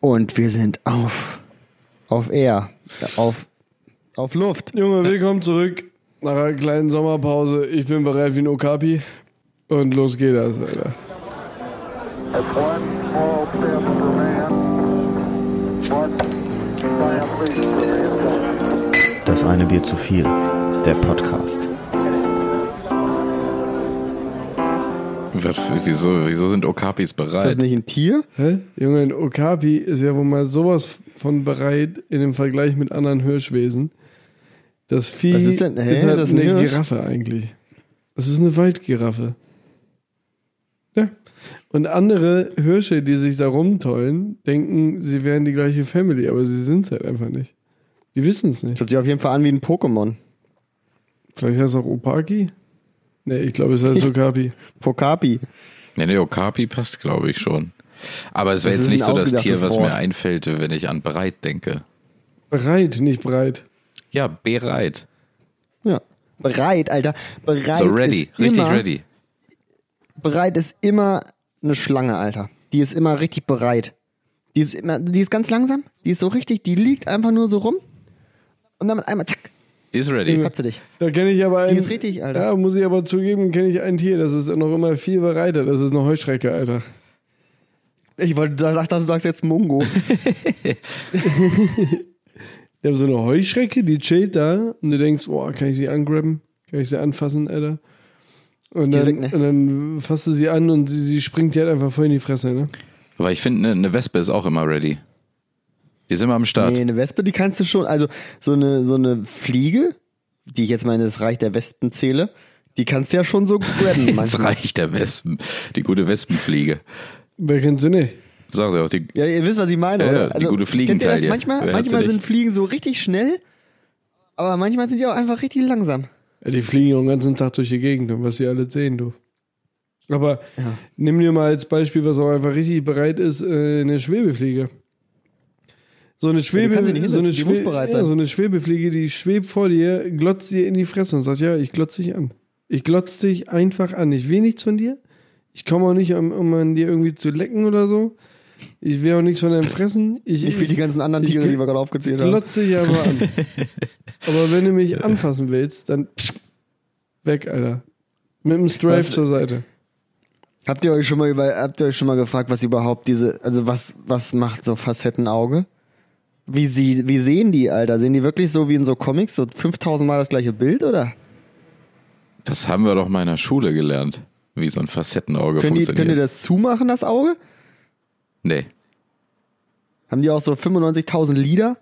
Und wir sind auf, auf Air, auf, auf Luft. Junge, willkommen zurück nach einer kleinen Sommerpause. Ich bin bereit wie ein Okapi. Und los geht das, Alter. That's one small step for man, one giant leap for mankind. Das eine Bier zu viel, der Podcast. Was, wieso, wieso sind Okapis Ist das bereit? nicht ein Tier? Hä? Junge, ein Okapi ist ja wohl mal sowas von bereit in dem Vergleich mit anderen Hirschwesen. Das Vieh Was ist denn- hä? halt Das ist ein eine Hirsch? Giraffe eigentlich. Das ist eine Waldgiraffe. Ja. Und andere Hirsche, die sich da rumtollen, denken, sie wären die gleiche Family, aber sie sind es halt einfach nicht. Die wissen es nicht. Schaut sich auf jeden Fall an wie ein Pokémon. Vielleicht heißt es auch Opaki? Nee, ich glaube, es heißt Okapi. Pokapi. Nee, nee, Okapi passt, glaube ich, schon. Aber es wäre Das jetzt ist nicht ein so das Tier, ausgedachtes was Wort. mir einfällt, wenn ich an bereit denke. Breit, nicht breit. Ja, bereit. Ja. Bereit, Alter. Bereit. So ready, ist richtig immer, ready. Bereit ist immer eine Schlange, Alter. Die ist immer richtig bereit. Die ist immer, die ist ganz langsam. Die ist so richtig, die liegt einfach nur so rum. Und dann mit einmal, zack, Die ist ready. hat sie dich. Da kenne ich aber einen. ist richtig, Alter. Ja, muss ich aber zugeben, kenne ich ein Tier, das ist noch immer viel bereiter. Das ist eine Heuschrecke, Alter. Ich wollte, dachte, du sagst jetzt Mungo. Ich habe so eine Heuschrecke, die chillt da und du denkst, oh, kann ich sie angraben? Kann ich sie anfassen, Alter? Und dann, Direkt, ne? und dann fasst du sie an und sie, sie springt dir halt einfach voll in die Fresse, ne? Aber ich finde, eine ne Wespe ist auch immer ready. Die sind immer am Start. Nee, eine Wespe, die kannst du schon, also so eine, so eine Fliege, die ich jetzt meine, das Reich der Wespen zähle, die kannst du ja schon so grabben Das manchmal. Reich der Wespen. Die gute Wespenfliege. Wer kennt sie nicht? Sagen sie auch, die, Ja, ihr wisst, was ich meine, Ja, oder? Also, ja, die kennt ihr gute das Fliegentaille. manchmal? Wer hat sie manchmal sind nicht? Fliegen so richtig schnell, aber manchmal sind die auch einfach richtig langsam. Ja, die fliegen ja den ganzen Tag durch die Gegend und was sie alle sehen, du. Aber nimm dir mal als Beispiel, was auch einfach richtig bereit ist, äh, eine Schwebefliege. So eine, Schwebe, kann sie nicht so, eine hinsetzen, die muss Schwe- bereit ja, sein. so eine Schwebefliege, die schwebt vor dir, glotzt dir in die Fresse und sagt, ja, ich glotz dich an. Ich glotz dich einfach an. Ich will nichts von dir. Ich komme auch nicht, um, um an dir irgendwie zu lecken oder so. Ich will auch nichts von deinem Fressen. Ich, Nicht wie die ganzen anderen ich Tiere, gl- die wir gerade aufgezählt haben. glotze dich aber an. aber wenn du mich anfassen willst, dann weg, Alter. Mit dem Strife Was- zur Seite. Habt ihr euch schon mal über, habt ihr euch schon mal gefragt, was überhaupt diese, also was, was macht so Facettenauge? Wie sie, wie sehen die, Alter? Sehen die wirklich so wie in so Comics, so 5000 Mal das gleiche Bild, oder? das haben wir doch mal in der Schule gelernt, wie so ein Facettenauge Können die, funktioniert. können die das zumachen, das Auge? nee, Haben die auch so 95.000 Lieder?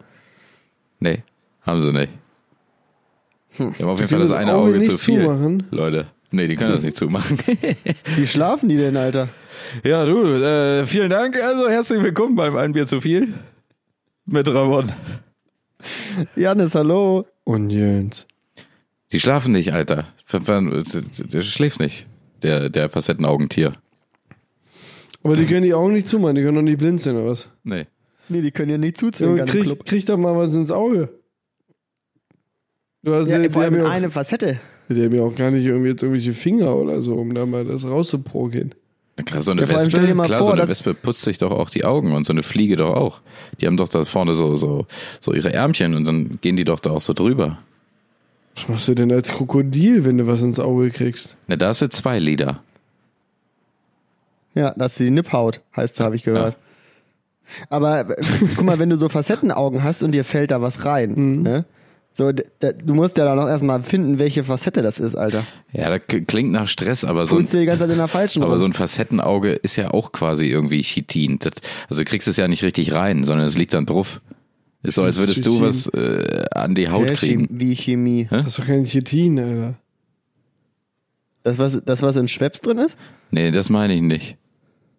nee, haben sie nicht. Hm. Die haben auf jeden Fall können das das eine Auge Auge nicht zu viel. zumachen. Leute. Nee, die können das nicht zumachen. Wie schlafen die denn, Alter? Ja, du, äh, vielen Dank. Also herzlich willkommen beim Ein Bier zu viel mit Ramon. Janis, hallo. Und Jöns. Die schlafen nicht, Alter. Ver- ver- Der schläft nicht, der, der Facettenaugentier. Aber die können die Augen nicht zumachen, die können doch nicht blind sein oder was? Nee. Nee, die können ja nicht Junge, zuzwinkern im krieg, Club. krieg doch mal was ins Auge. Du hast Ja, ja, ey, die, vor allem haben in ja auch, eine Facette. die haben ja auch gar nicht irgendwie jetzt irgendwelche Finger oder so, um da mal das rauszuprokeln. Na Klar, so eine Ja, vor allem Wespe, stell dir mal klar, vor, so eine dass- Wespe putzt sich doch auch die Augen und so eine Fliege doch auch. Die haben doch da vorne so, so, so ihre Ärmchen und dann gehen die doch da auch so drüber. Was machst du denn als Krokodil, wenn du was ins Auge kriegst? Na, Ne, da sind zwei Lieder. Ja, dass die Nipphaut heißt, habe ich gehört. Aber äh, guck mal, wenn du so Facettenaugen hast und dir fällt da was rein, ne? So, d- d- du musst ja dann auch erstmal finden, welche Facette das ist, Alter. Ja, das k- klingt nach Stress, aber so ein, Tunst du die ganze Zeit in der falschen aber rum. so ein Facettenauge ist ja auch quasi irgendwie Chitin. Das, also du kriegst es ja nicht richtig rein, sondern es liegt dann drauf. Ist so, als Das würdest du Chitin. was äh, an die Haut Ja, kriegen. Chem- Wie Chemie. Hä? Das ist doch kein Chitin, Alter. Das was, das, was in Schweppes drin ist? Nee, das meine ich nicht.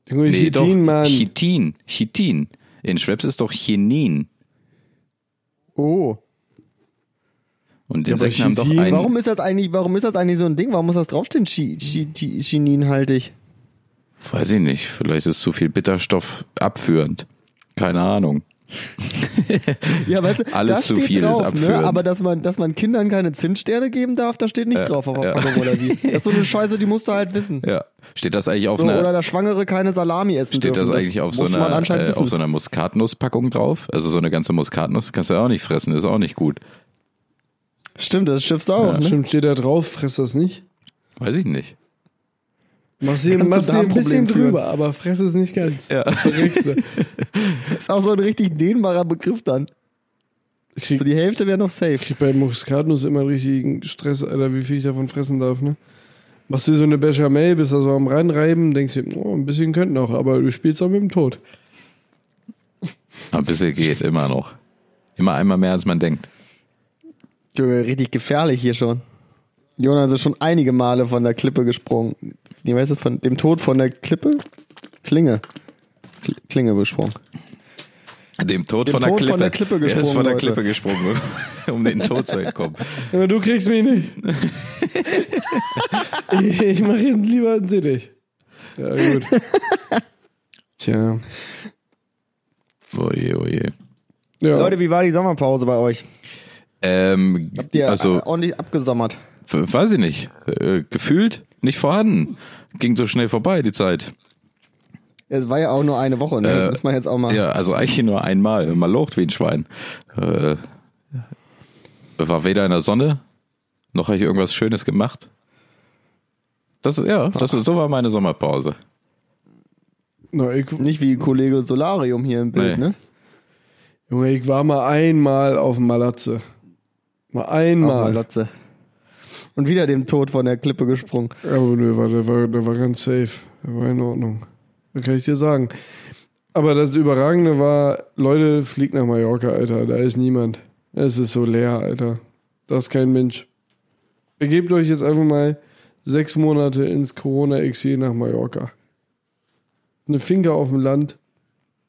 Junge, Nee, Chitin, doch. Mann. Chitin. Chitin. In Schwepps ist doch Chinin. Oh. Und Ja, aber Insekten haben doch Chitin, ein. Warum ist das eigentlich, warum ist das eigentlich so ein Ding? Warum muss das draufstehen? Chi- Chi- Chi- Chinin-haltig. Weiß ich nicht. Vielleicht ist zu viel Bitterstoff abführend. Keine Ahnung. Ja, weißt du, Alles das zu steht viel ist drauf, ne? abführend. aber dass man, dass man Kindern keine Zimtsterne geben darf, da steht nicht drauf auf der ja. Packung oder wie. Das ist so eine Scheiße, die musst du halt wissen. Ja. Steht das eigentlich auf So, oder einer, dass Schwangere keine Salami essen steht dürfen. das eigentlich auf so muss man einer, anscheinend äh, wissen. auf so einer Muskatnusspackung drauf? Also so eine ganze Muskatnuss kannst du ja auch nicht fressen, ist auch nicht gut. Stimmt, das schiffst du auch. Ne? Stimmt, steht da drauf, fress das nicht. Weiß ich nicht. Mach's dir, Kannst mach's du dir ein bisschen Darmproblem führen. drüber, aber fress es nicht ganz. Ja. Verreckst du. Ist auch so ein richtig dehnbarer Begriff dann. Ich krieg, So die Hälfte wäre noch safe. krieg bei Muskatnuss immer einen richtigen Stress, Alter, wie viel ich davon fressen darf, ne? Machst dir so eine Bechamel, bist da so am Reinreiben, denkst dir, oh, ein bisschen könnte noch, aber du spielst auch mit dem Tod. Aber Ein bisschen geht immer noch. Immer einmal mehr als man denkt. Junge, richtig gefährlich hier schon. Jonas ist schon einige Male von der Klippe gesprungen. Wie heißt das? Von dem Tod von der Klippe? Klinge. Kl- Klinge gesprungen. Dem Tod, Dem von, der Tod von Klippe. der Klippe Er ist gesprungen, von der Leute. Klippe gesprungen, um den Tod zu entkommen. Aber du kriegst mich nicht. ich ich mache jetzt lieber einen Sittich. Ja, gut. Tja. Oje, oje. Ja. Leute, wie war die Sommerpause bei euch? Ähm, Habt ihr also, äh, ordentlich abgesommert? w- weiß ich nicht. Äh, gefühlt nicht vorhanden. Ging so schnell vorbei, die Zeit. Es war ja auch nur eine Woche, ne? Äh, Muss man jetzt auch mal. Ja, also eigentlich nur einmal. Man locht wie ein Schwein. Äh, war weder in der Sonne, noch habe ich irgendwas Schönes gemacht. Das, ja, das, so war meine Sommerpause. Na, ich, Nicht wie Kollege Solarium hier im Bild, Nee. ne? Junge, ich war mal einmal auf dem Malatze. Mal Auch einmal. Lotze. Und wieder dem Tod von der Klippe gesprungen. Aber nö, war, der, war, der war ganz safe. Der war in Ordnung. Das kann ich dir sagen. Aber das Überragende war, Leute, fliegt nach Mallorca, Alter. Da ist niemand. Es ist so leer, Alter. Da ist kein Mensch. Begebt euch jetzt einfach mal sechs Monate ins Corona-Exil nach Mallorca. Eine Finger auf dem Land.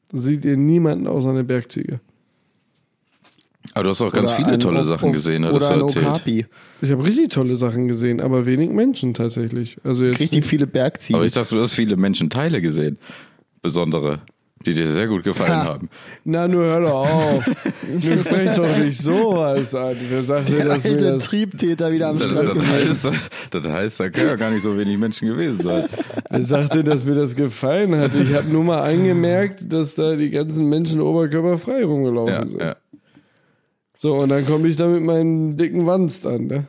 Da seht ihr niemanden außer eine Bergziege. Aber du hast auch ganz Oder viele ein tolle O- Sachen O- gesehen, oder hattest du ein erzählt. Okapi. Ich habe richtig tolle Sachen gesehen, aber wenig Menschen tatsächlich. Also jetzt Richtig viele Bergziegen. Aber ich dachte, du hast viele Menschenteile gesehen. Besondere, die dir sehr gut gefallen Ja. haben. Na, nur hör doch auf. du sprichst doch nicht sowas an. Wer sagt dir, dass wir Alte das... Triebtäter wieder am Das, Strand das, gewesen. heißt, das heißt, da können ja gar nicht so wenig Menschen gewesen sein. Wer sagt dir, dass mir das gefallen hat? Ich habe nur mal angemerkt, dass da die ganzen Menschen oberkörperfrei rumgelaufen Ja, sind. ja. So, und dann komme ich da mit meinem dicken Wanst an, ne?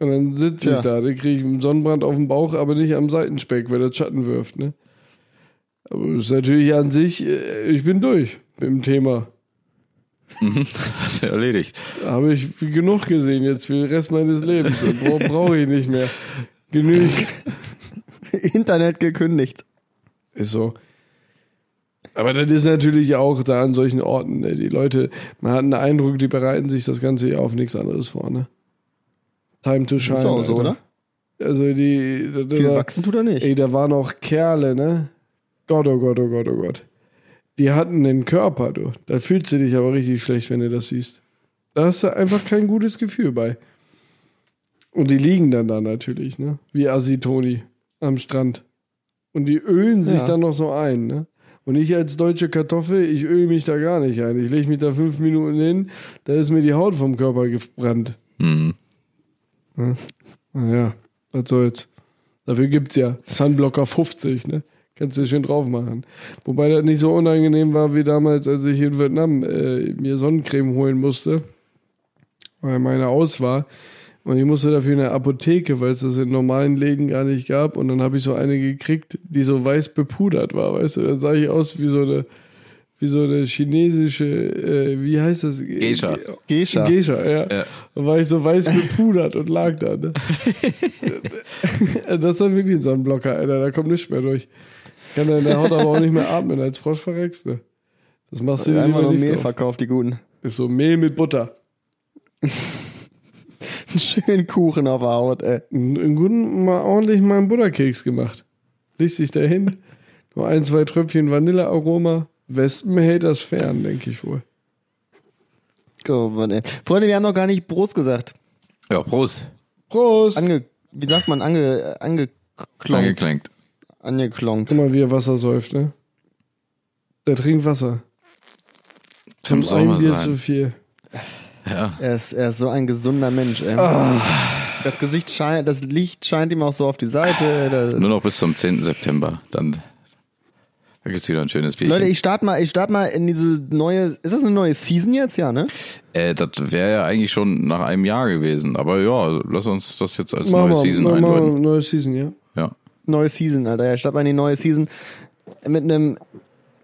Und dann sitze ich Tja. da, dann kriege ich einen Sonnenbrand auf dem Bauch, aber nicht am Seitenspeck, weil das Schatten wirft, ne? Aber ist natürlich an sich, äh, ich bin durch mit dem Thema. Hast du erledigt. Habe ich genug gesehen jetzt für den Rest meines Lebens. Bra Brauche ich nicht mehr. Genügt. Internet gekündigt. Ist so. Aber das ist natürlich auch da an solchen Orten. Ne? Die Leute, man hat einen Eindruck, die bereiten sich das Ganze ja auf nichts anderes vor. Ne? Time to shine. Ist auch so, Alter. oder? Also die. Da, da, Viel da, wachsen tut er nicht. ey, da waren auch Kerle, ne? Gott, oh Gott, oh Gott, oh Gott. Die hatten den Körper, du. Da fühlst du dich aber richtig schlecht, wenn du das siehst. Da hast du einfach kein gutes Gefühl bei. Und die liegen dann da natürlich, ne? Wie Asitoni am Strand. Und die ölen sich Ja. dann noch so ein, ne? Und ich als deutsche Kartoffel, ich öle mich da gar nicht ein. Ich lege mich da fünf Minuten hin, da ist mir die Haut vom Körper gebrannt. Hm. Naja, was soll's. Dafür gibt's ja Sunblocker 50, ne? Kannst du schön drauf machen. Wobei das nicht so unangenehm war wie damals, als ich in Vietnam äh, mir Sonnencreme holen musste, weil meine aus war. Und ich musste dafür in der Apotheke, weil es das in normalen Läden gar nicht gab. Und dann habe ich so eine gekriegt, die so weiß bepudert war, weißt du? Dann sah ich aus wie so eine, wie so eine chinesische, äh, wie heißt das? Äh, Geisha. Gescha. Gescher, ja. Ja. Da war ich so weiß bepudert und lag da. Ne? das ist dann wirklich ein Sonnenblocker, Alter. Da kommt nichts mehr durch. Kann deine Haut aber auch nicht mehr atmen, als Frosch verreckst du. Das machst du dir Einmal lieber nur nicht Mehl drauf. verkauft, die guten. Ist so Mehl mit Butter. Schön Kuchen auf der Haut, ey. Einen guten, mal ordentlich mal einen Butterkeks gemacht. Legst dich dahin. Nur ein, zwei Tröpfchen Vanillearoma. Wespen hält das fern, denke ich wohl. Oh Mann, ey. Freunde, wir haben noch gar nicht Prost gesagt. Ja, Prost. Prost! Ange, wie sagt man, ange, äh, angeklonkt. Angeklingt. Angeklonkt. Guck mal, wie er Wasser säuft, ne? Der trinkt Wasser. Das muss auch ein mal Bier sein. zu viel. Ja. Er ist, er ist so ein gesunder Mensch, ey. Das Gesicht scheint, das Licht scheint ihm auch so auf die Seite. Da, Nur noch bis zum 10. September. Dann, dann gibt's wieder ein schönes Bierchen. Leute, ich starte mal, ich starte mal in diese neue. Ist das eine neue Season jetzt, ja, ne? äh, das wäre ja eigentlich schon nach einem Jahr gewesen. Aber ja, lass uns das jetzt als neue mal, Season mach mal einläuten. Neue Season, ja. Ja. Neue Season, Alter. Ja, starte mal in die neue Season mit einem.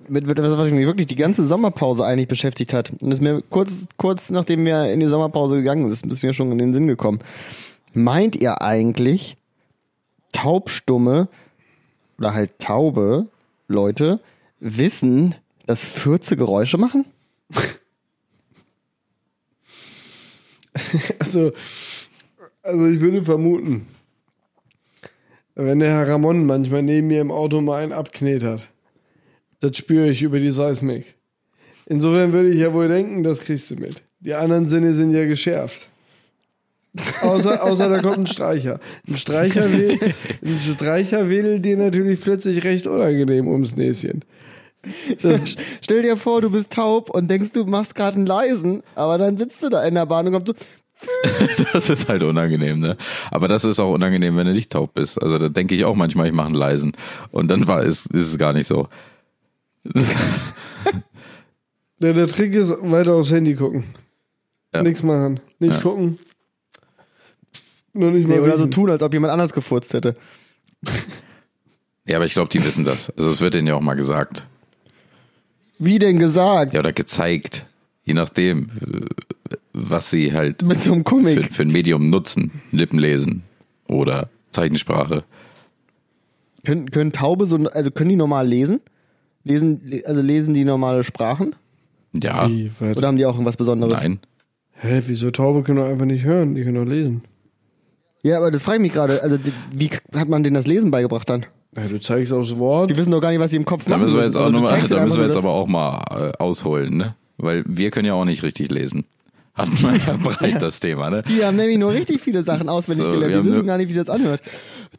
Mit, mit etwas, was mich wirklich die ganze Sommerpause eigentlich beschäftigt hat. Und das ist mir kurz, kurz nachdem wir in die Sommerpause gegangen sind, ist mir schon in den Sinn gekommen. Meint ihr eigentlich, taubstumme oder halt taube Leute wissen, dass Fürze Geräusche machen? Also, also ich würde vermuten, wenn der Herr Ramon manchmal neben mir im Auto mal einen abknetert, das spüre ich über die Seismik. Insofern würde ich ja wohl denken, das kriegst du mit. Die anderen Sinne sind ja geschärft. Außer, außer da kommt ein Streicher. Ein Streicher, wedelt, ein Streicher wedelt dir natürlich plötzlich recht unangenehm ums Näschen. Das, Stell dir vor, du bist taub und denkst, du machst gerade einen leisen, aber dann sitzt du da in der Bahn und kommst so, Das ist halt unangenehm, ne? Aber das ist auch unangenehm, wenn du nicht taub bist. Also da denke ich auch manchmal, ich mache einen leisen. Und dann war es, ist es gar nicht so. der, der Trick ist, weiter aufs Handy gucken. Ja. Nichts machen. Nicht Ja. gucken. Nur nicht mal. nee, oder so riechen. tun, als ob jemand anders gefurzt hätte. Ja, aber ich glaube, die wissen das. Also es wird denen ja auch mal gesagt. Wie denn gesagt? Ja, oder gezeigt. Je nachdem, äh, was sie halt Mit so einem für, Comic. für ein Medium nutzen. Lippenlesen oder Zeichensprache. Können, können Taube so, also können die normal lesen? Lesen, le- also lesen die normale Sprachen? Ja, Wie, warte. Oder haben die auch irgendwas Besonderes? nein. Hä, wieso Taube können doch einfach nicht hören, die können doch lesen. Ja, aber das frage ich mich gerade. Also, die- wie k- hat man denen das Lesen beigebracht dann? Ja, du zeigst aufs Wort. Die wissen doch gar nicht, was sie im Kopf Da machen. müssen wir jetzt auch also, du noch mal, zeigst da ihnen müssen wir jetzt einfach aber auch mal äh, ausholen, ne? Weil wir können ja auch nicht richtig lesen. Hatten wir ja breit das Thema, ne? nur das- Die haben nämlich nur richtig viele Sachen auswendig So, wir gelernt. haben Die wissen ne- gar nicht, wie sie das anhört.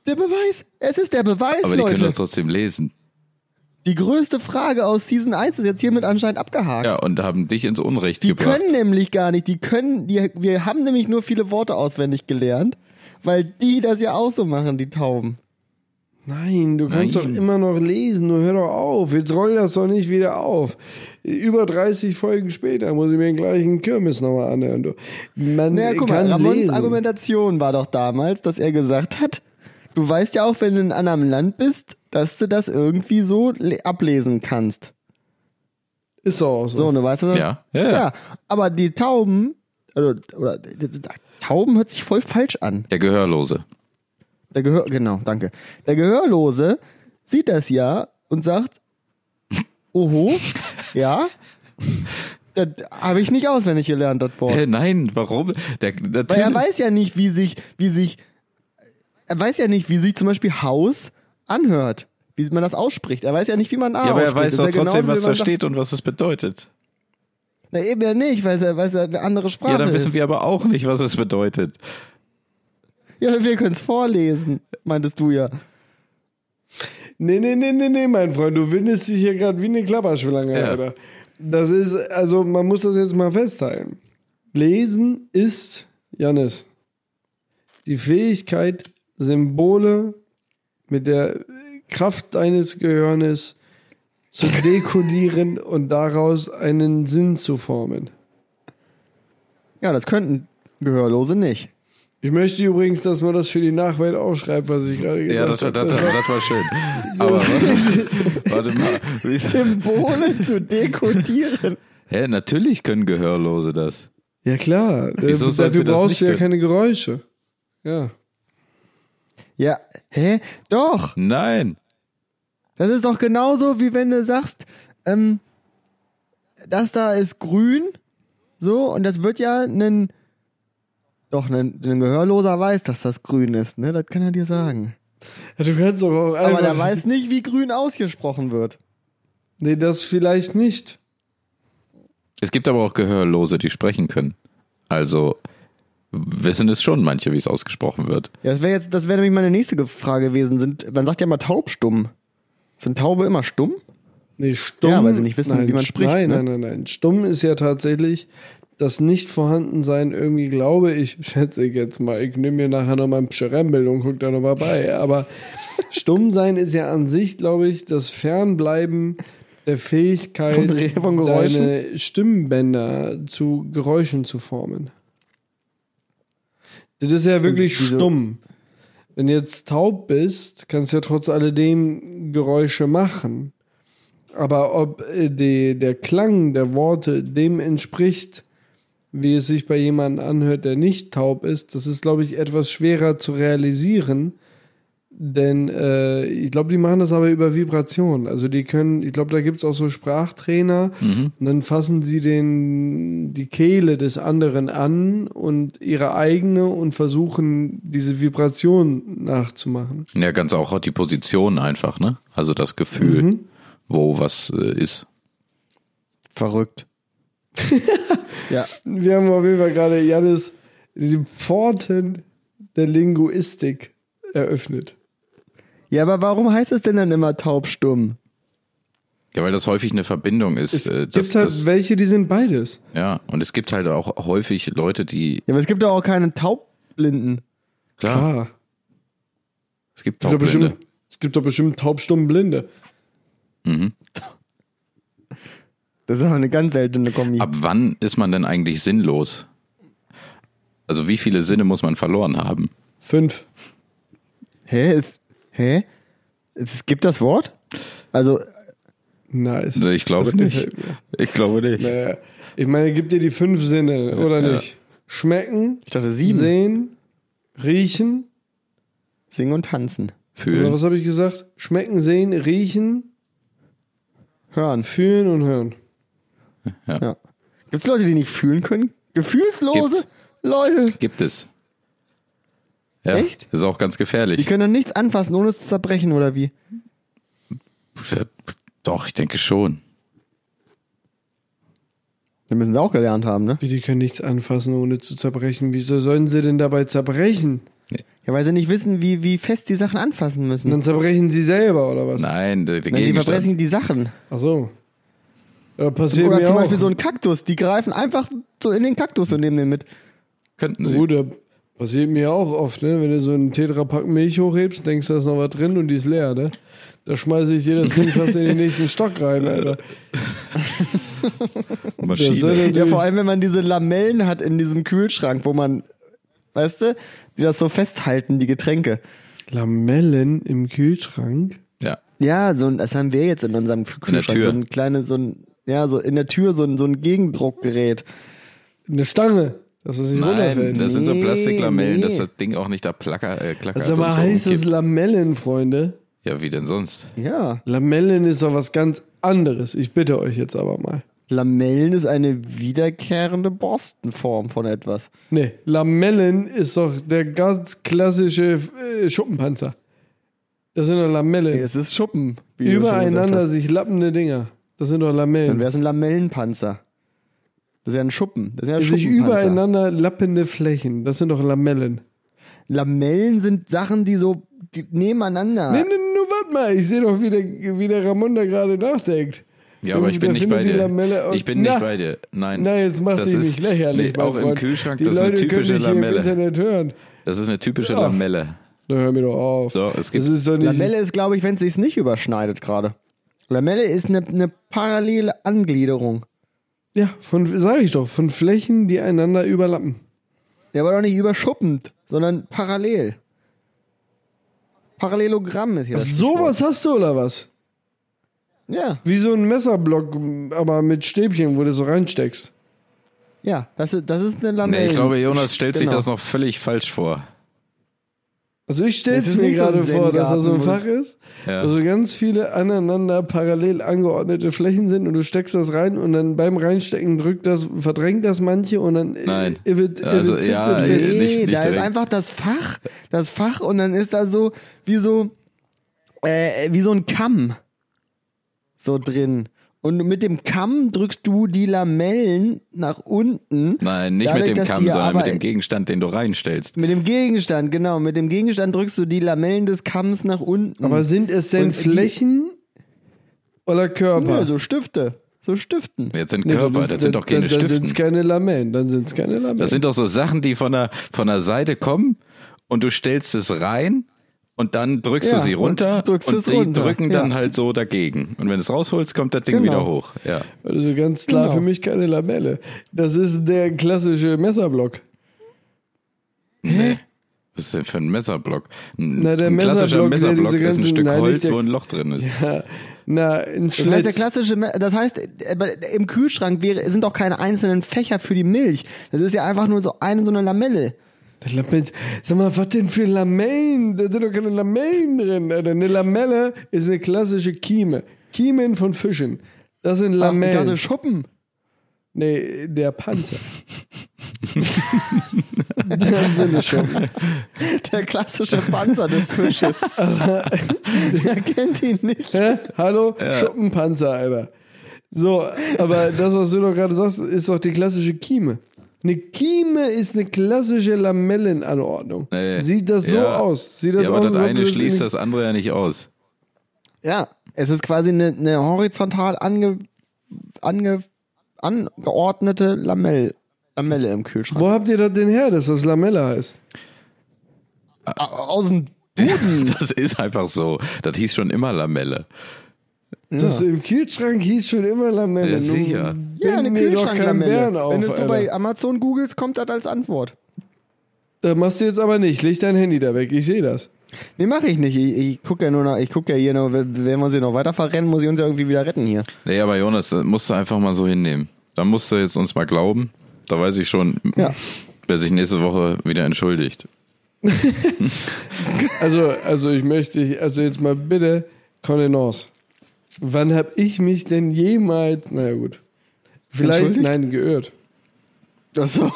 Der Beweis, es ist der Beweis, Aber die können Leute. doch trotzdem lesen. Die größte Frage aus Season 1 ist jetzt hiermit anscheinend abgehakt. Ja, und haben dich ins Unrecht Die gebracht. können nämlich gar nicht, die können, die, wir haben nämlich nur viele Worte auswendig gelernt, weil die das ja auch so machen, die Tauben. Nein, du kannst Nein. doch immer noch lesen, nur hör doch auf. Jetzt roll das doch nicht wieder auf. Über 30 Folgen später muss ich mir den gleichen Kirmes nochmal anhören. Du. Man Naja, guck mal, kann Ramons lesen. Argumentation war doch damals, dass er gesagt hat, du weißt ja auch, wenn du in einem anderen Land bist, dass du das irgendwie so le- ablesen kannst. Ist doch auch so. So, und du weißt, dass das, Ja, ja, ja. aber die Tauben, also, oder, Tauben hört sich voll falsch an. Der Gehörlose. Der Gehör, genau, danke. Der Gehörlose sieht das ja und sagt, oho, ja, das habe ich nicht auswendig gelernt, das Wort. Hä, nein, warum? Der, der Weil er weiß ja nicht, wie sich, wie sich, er weiß ja nicht, wie sich zum Beispiel Haus anhört, wie man das ausspricht. Er weiß ja nicht, wie man A ja, aber er ausspricht. weiß Das doch ist ja trotzdem, genauso, was wie man da steht und was es bedeutet. Sagt, na eben ja nicht, weil er, weil er eine andere Sprache Ja, dann wissen ist. wir aber auch nicht, was es bedeutet. Ja, wir können es vorlesen, meintest du ja. Nee, nee, nee, nee, nee, mein Freund, du windest dich hier gerade wie eine Klapperschlange, Ja. Alter. Das ist, also man muss das jetzt mal festhalten. Lesen ist, Janis, die Fähigkeit, Symbole mit der Kraft deines Gehirnes zu dekodieren und daraus einen Sinn zu formen. Ja, das könnten Gehörlose nicht. Ich möchte übrigens, dass man das für die Nachwelt aufschreibt, was ich gerade gesagt Ja, das, das, habe. das, das war schön. Aber warte, warte mal. Wie ist, Symbole zu dekodieren. hä, natürlich können Gehörlose das. ja klar, Äh, Wieso soll dafür sie das brauchst nicht du ja können? keine Geräusche. Ja. Ja, hä? Doch. Nein. Das ist doch genauso, wie wenn du sagst, ähm, das da ist grün, so, und das wird ja ein, doch, ein, ein Gehörloser weiß, dass das grün ist, ne? Das kann er dir sagen. Ja, Du kannst doch auch einfach. Aber der weiß nicht, wie grün ausgesprochen wird. Nee, das vielleicht nicht. Es gibt aber auch Gehörlose, die sprechen können. Also wissen es schon manche, wie es ausgesprochen wird. Ja, das wäre jetzt, das wäre nämlich meine nächste Ge- Frage gewesen. Sind, man sagt ja immer taubstumm. Sind Taube immer stumm? Nee, stumm. Ja, weil sie nicht wissen, nein, wie man spricht, Nein, ne? nein, nein, nein. Stumm ist ja tatsächlich das Nicht-Vorhandensein irgendwie, glaube ich, schätze ich jetzt mal. Ich nehme mir nachher nochmal ein Pscherembel und guck da nochmal bei. Aber stumm sein ist ja an sich, glaube ich, das Fernbleiben der Fähigkeit, Von Re- von Geräuschen? deine Stimmbänder zu Geräuschen zu formen. Das ist ja wirklich wieso- stumm. Wenn du jetzt taub bist, kannst du ja trotz alledem Geräusche machen. Aber ob äh, die, der Klang der Worte dem entspricht, wie es sich bei jemandem anhört, der nicht taub ist, das ist, glaube ich, etwas schwerer zu realisieren. Denn äh, ich glaube, die machen das aber über Vibration. Also die können, ich glaube, da gibt es auch so Sprachtrainer Mhm. und dann fassen sie den, die Kehle des anderen an und ihre eigene und versuchen, diese Vibration nachzumachen. Ja, ganz auch die Position einfach, ne? Also das Mhm. Gefühl, Mhm. wo was äh, ist. Verrückt. ja, Wir haben auf jeden Fall gerade Janis die Pforten der Linguistik eröffnet. Ja, aber warum heißt es denn dann immer taubstumm? Ja, weil das häufig eine Verbindung ist. Es äh, gibt das, halt das, welche, die sind beides. ja, und es gibt halt auch häufig Leute, die, Ja, aber es gibt doch auch keine Taubblinden. klar, es gibt Es gibt doch bestimmt- Taubblinde. Es gibt doch bestimmt taubstumm Blinde. Mhm. Das ist aber eine ganz seltene Kombi. Ab wann ist man denn eigentlich sinnlos? Also wie viele Sinne muss man verloren haben? Fünf. hä? Ist, hä? Es gibt das Wort? Also, Nice. Ich glaube Das nicht. gefällt mir. Ich glaube nicht. Naja, ich meine, gibt dir die fünf Sinne, oder Ja. nicht? Schmecken, ich dachte sieben. sehen, riechen. Singen und tanzen. Fühlen. Oder was habe ich gesagt? Schmecken, sehen, riechen, Hören. fühlen und hören. Ja. Gibt's Leute, die nicht fühlen können? Gefühlslose Gibt's. Leute. Gibt es. Ja, Echt? Ist auch ganz Die gefährlich. können dann nichts anfassen, ohne es zu zerbrechen, oder wie? Ja, Doch, ich denke schon. Dann müssen sie auch gelernt haben, ne? Wie, die können nichts anfassen, ohne zu zerbrechen. Wieso sollen sie denn dabei zerbrechen? Ja, weil sie nicht wissen, wie, wie fest die Sachen anfassen müssen. Und dann zerbrechen sie selber, oder was? Nein, der, der Nein, sie Gegenstand. verbrechen die Sachen. Ach so. Ja, passiert Oder mir zum auch. Beispiel so ein Kaktus. Die greifen einfach so in den Kaktus und nehmen den mit. Könnten sie. Bruder, passiert mir auch oft, ne? Wenn du so einen Tetrapack Milch hochhebst, denkst du, da ist noch was drin und die ist leer, ne? Da schmeiße ich dir das Ding fast in den nächsten Stock rein, Alter. Das soll Maschine. natürlich- Ja, vor allem, wenn man diese Lamellen hat in diesem Kühlschrank, wo man, weißt du, die das so festhalten, die Getränke. Lamellen im Kühlschrank? Ja. Ja, so ein, das haben wir jetzt in unserem der Kühlschrank. Tür. So ein kleines, so ein, ja, so in der Tür so ein, so ein Gegendruckgerät. Eine Stange, dass es nicht Nein, runterfällt. das sind so Nee, Plastiklamellen, dass nee. das Ding auch nicht da placker, äh, klackert. Das ist aber und so Also heißes umkippt. Lamellen, Freunde. Ja, wie denn sonst? Ja. Lamellen ist doch was ganz anderes. Ich bitte euch jetzt aber mal. Lamellen ist eine wiederkehrende Borstenform von etwas. Nee, Lamellen ist doch der ganz klassische äh, Schuppenpanzer. Das sind doch Lamellen. Nee, es ist Schuppen. wie du schon gesagt Übereinander hast. sich lappende Dinger. Das sind doch Dann Lamellen. wäre es ein Lamellenpanzer. Das ist ja ein Schuppen. Das ist ja ein Sich Schuppenpanzer. übereinander lappende Flächen. Das sind doch Lamellen. Lamellen sind Sachen, die so die- nebeneinander. Nee, nee, nur warte mal. Ich sehe doch, wie der, wie der Ramon da gerade nachdenkt. Ja, aber ich bin Da nicht findet bei die dir. Lamelle- Ich bin Na, nicht bei dir. Nein. Na, jetzt mach Das dich ist- nicht lächerlich, Nee, mein auch Freund. im Kühlschrank, Die das ist eine Leute können typische dich Hier im Lamelle. Internet hören. Das ist eine typische Ja. Lamelle. Na, hör mir doch auf. So, es gibt- das ist doch nicht. Lamelle ist, glaube ich, wenn es sich nicht überschneidet gerade. Lamelle ist eine, eine parallele Angliederung. Ja, von, sag ich doch, von Flächen, die einander überlappen. Ja, aber doch nicht überschuppend, sondern parallel. Parallelogramm ist hier. das Sowas hast du oder was? Stichwort. Ja, Wie so ein Messerblock, aber mit Stäbchen, wo du so reinsteckst. ja, das ist, das ist eine Lamelle. Nee, ich glaube, Jonas stellt sich Genau. das noch völlig falsch vor. Also ich stelle Das es ist mir nicht so ein gerade vor, dass da so ein Zen-Garten, Fach ist, Ja. wo so ganz viele aneinander parallel angeordnete Flächen sind und du steckst das rein und dann beim Reinstecken drückt das, verdrängt das manche und dann äh, Nein. äh, wird- Also, äh, wird- ja, wird- Nee, jetzt nicht- nicht da direkt. ist einfach das Fach, das Fach und dann ist da so wie so äh, wie so ein Kamm so drin. Und mit dem Kamm drückst du die Lamellen nach unten. Nein, nicht Dadurch, mit dem dass Kamm, die ja sondern mit aber- dem Gegenstand, den du reinstellst. Mit dem Gegenstand, genau. Mit dem Gegenstand drückst du die Lamellen des Kamms nach unten. Aber sind es denn Und die- Flächen, Oder Körper. Nö, so Stifte. So Stiften. Jetzt sind Nee, Körper, dann- das sind doch keine dann, dann Stiften. sind's keine Lamellen, dann sind es keine Lamellen. Das sind doch so Sachen, die von der, von der Seite kommen und du stellst es rein und dann drückst Ja, du sie und runter und, drückst es die runter, drücken ja. dann halt so dagegen. Und wenn du es rausholst, kommt das Ding Genau. wieder hoch. Ja. also ganz klar Genau. für mich keine Lamelle. Das ist der klassische Messerblock. Nee. Was ist denn für ein Messerblock? Ein, Na, der ein klassischer Messerblock, der diese Messerblock ist ein ganzen- Stück nein, nicht Holz, der- wo ein Loch drin ist. Na, ein Das heißt, der Schlitz. klassische, Me- das heißt, äh, bei- im Kühlschrank wäre, sind auch keine einzelnen Fächer für die Milch. Das ist ja einfach nur so eine, so eine Lamelle. Lamellen. Sag mal, was denn für Lamellen? Da sind doch keine Lamellen drin. Alter. Eine Lamelle ist eine klassische Kieme. Kiemen von Fischen. Das Ach, sind ich Lamellen. dachte, Schuppen. nee, der Panzer. Dann sind es schon. Der klassische Panzer des Fisches. Wer kennt ihn nicht? Hä? Hallo? Schuppenpanzer, Alter. So, aber das, was du doch gerade sagst, ist doch die klassische Kieme. Eine Kieme ist eine klassische Lamellenanordnung. Nee. Sieht das so Ja. aus? Sieht das Ja, aus? aber das als ob eine du schließt in- das andere ja nicht aus. Ja, es ist quasi eine, eine horizontal ange, ange, angeordnete Lamelle, Lamelle im Kühlschrank. Wo habt ihr das denn her, dass das Lamella heißt? Au- Aus dem Hm. Das ist einfach so. Das hieß schon immer Lamelle. Das im Kühlschrank hieß schon immer Lamelle. Ja, Nun sicher. ja, eine bind mir doch keinen Bären Kühlschranklamelle. Auf, Wenn du es so bei Alter. Amazon googelst, kommt das als Antwort. das machst du jetzt aber nicht. Leg dein Handy da weg. Ich sehe das. Nee, mache ich nicht. Ich, ich gucke ja nur noch, ich gucke ja hier nur, wenn wir uns hier noch weiter verrennen, muss ich uns ja irgendwie wieder retten hier. Nee, aber Jonas, das musst du einfach mal so hinnehmen. Da musst du jetzt uns mal glauben. Da weiß ich schon, Ja. wer sich nächste Woche wieder entschuldigt. Also, also ich möchte, also jetzt mal bitte, Contenance. Wann habe ich mich denn jemals, naja gut, vielleicht, Entschuldigt? nein, geirrt. Ach so.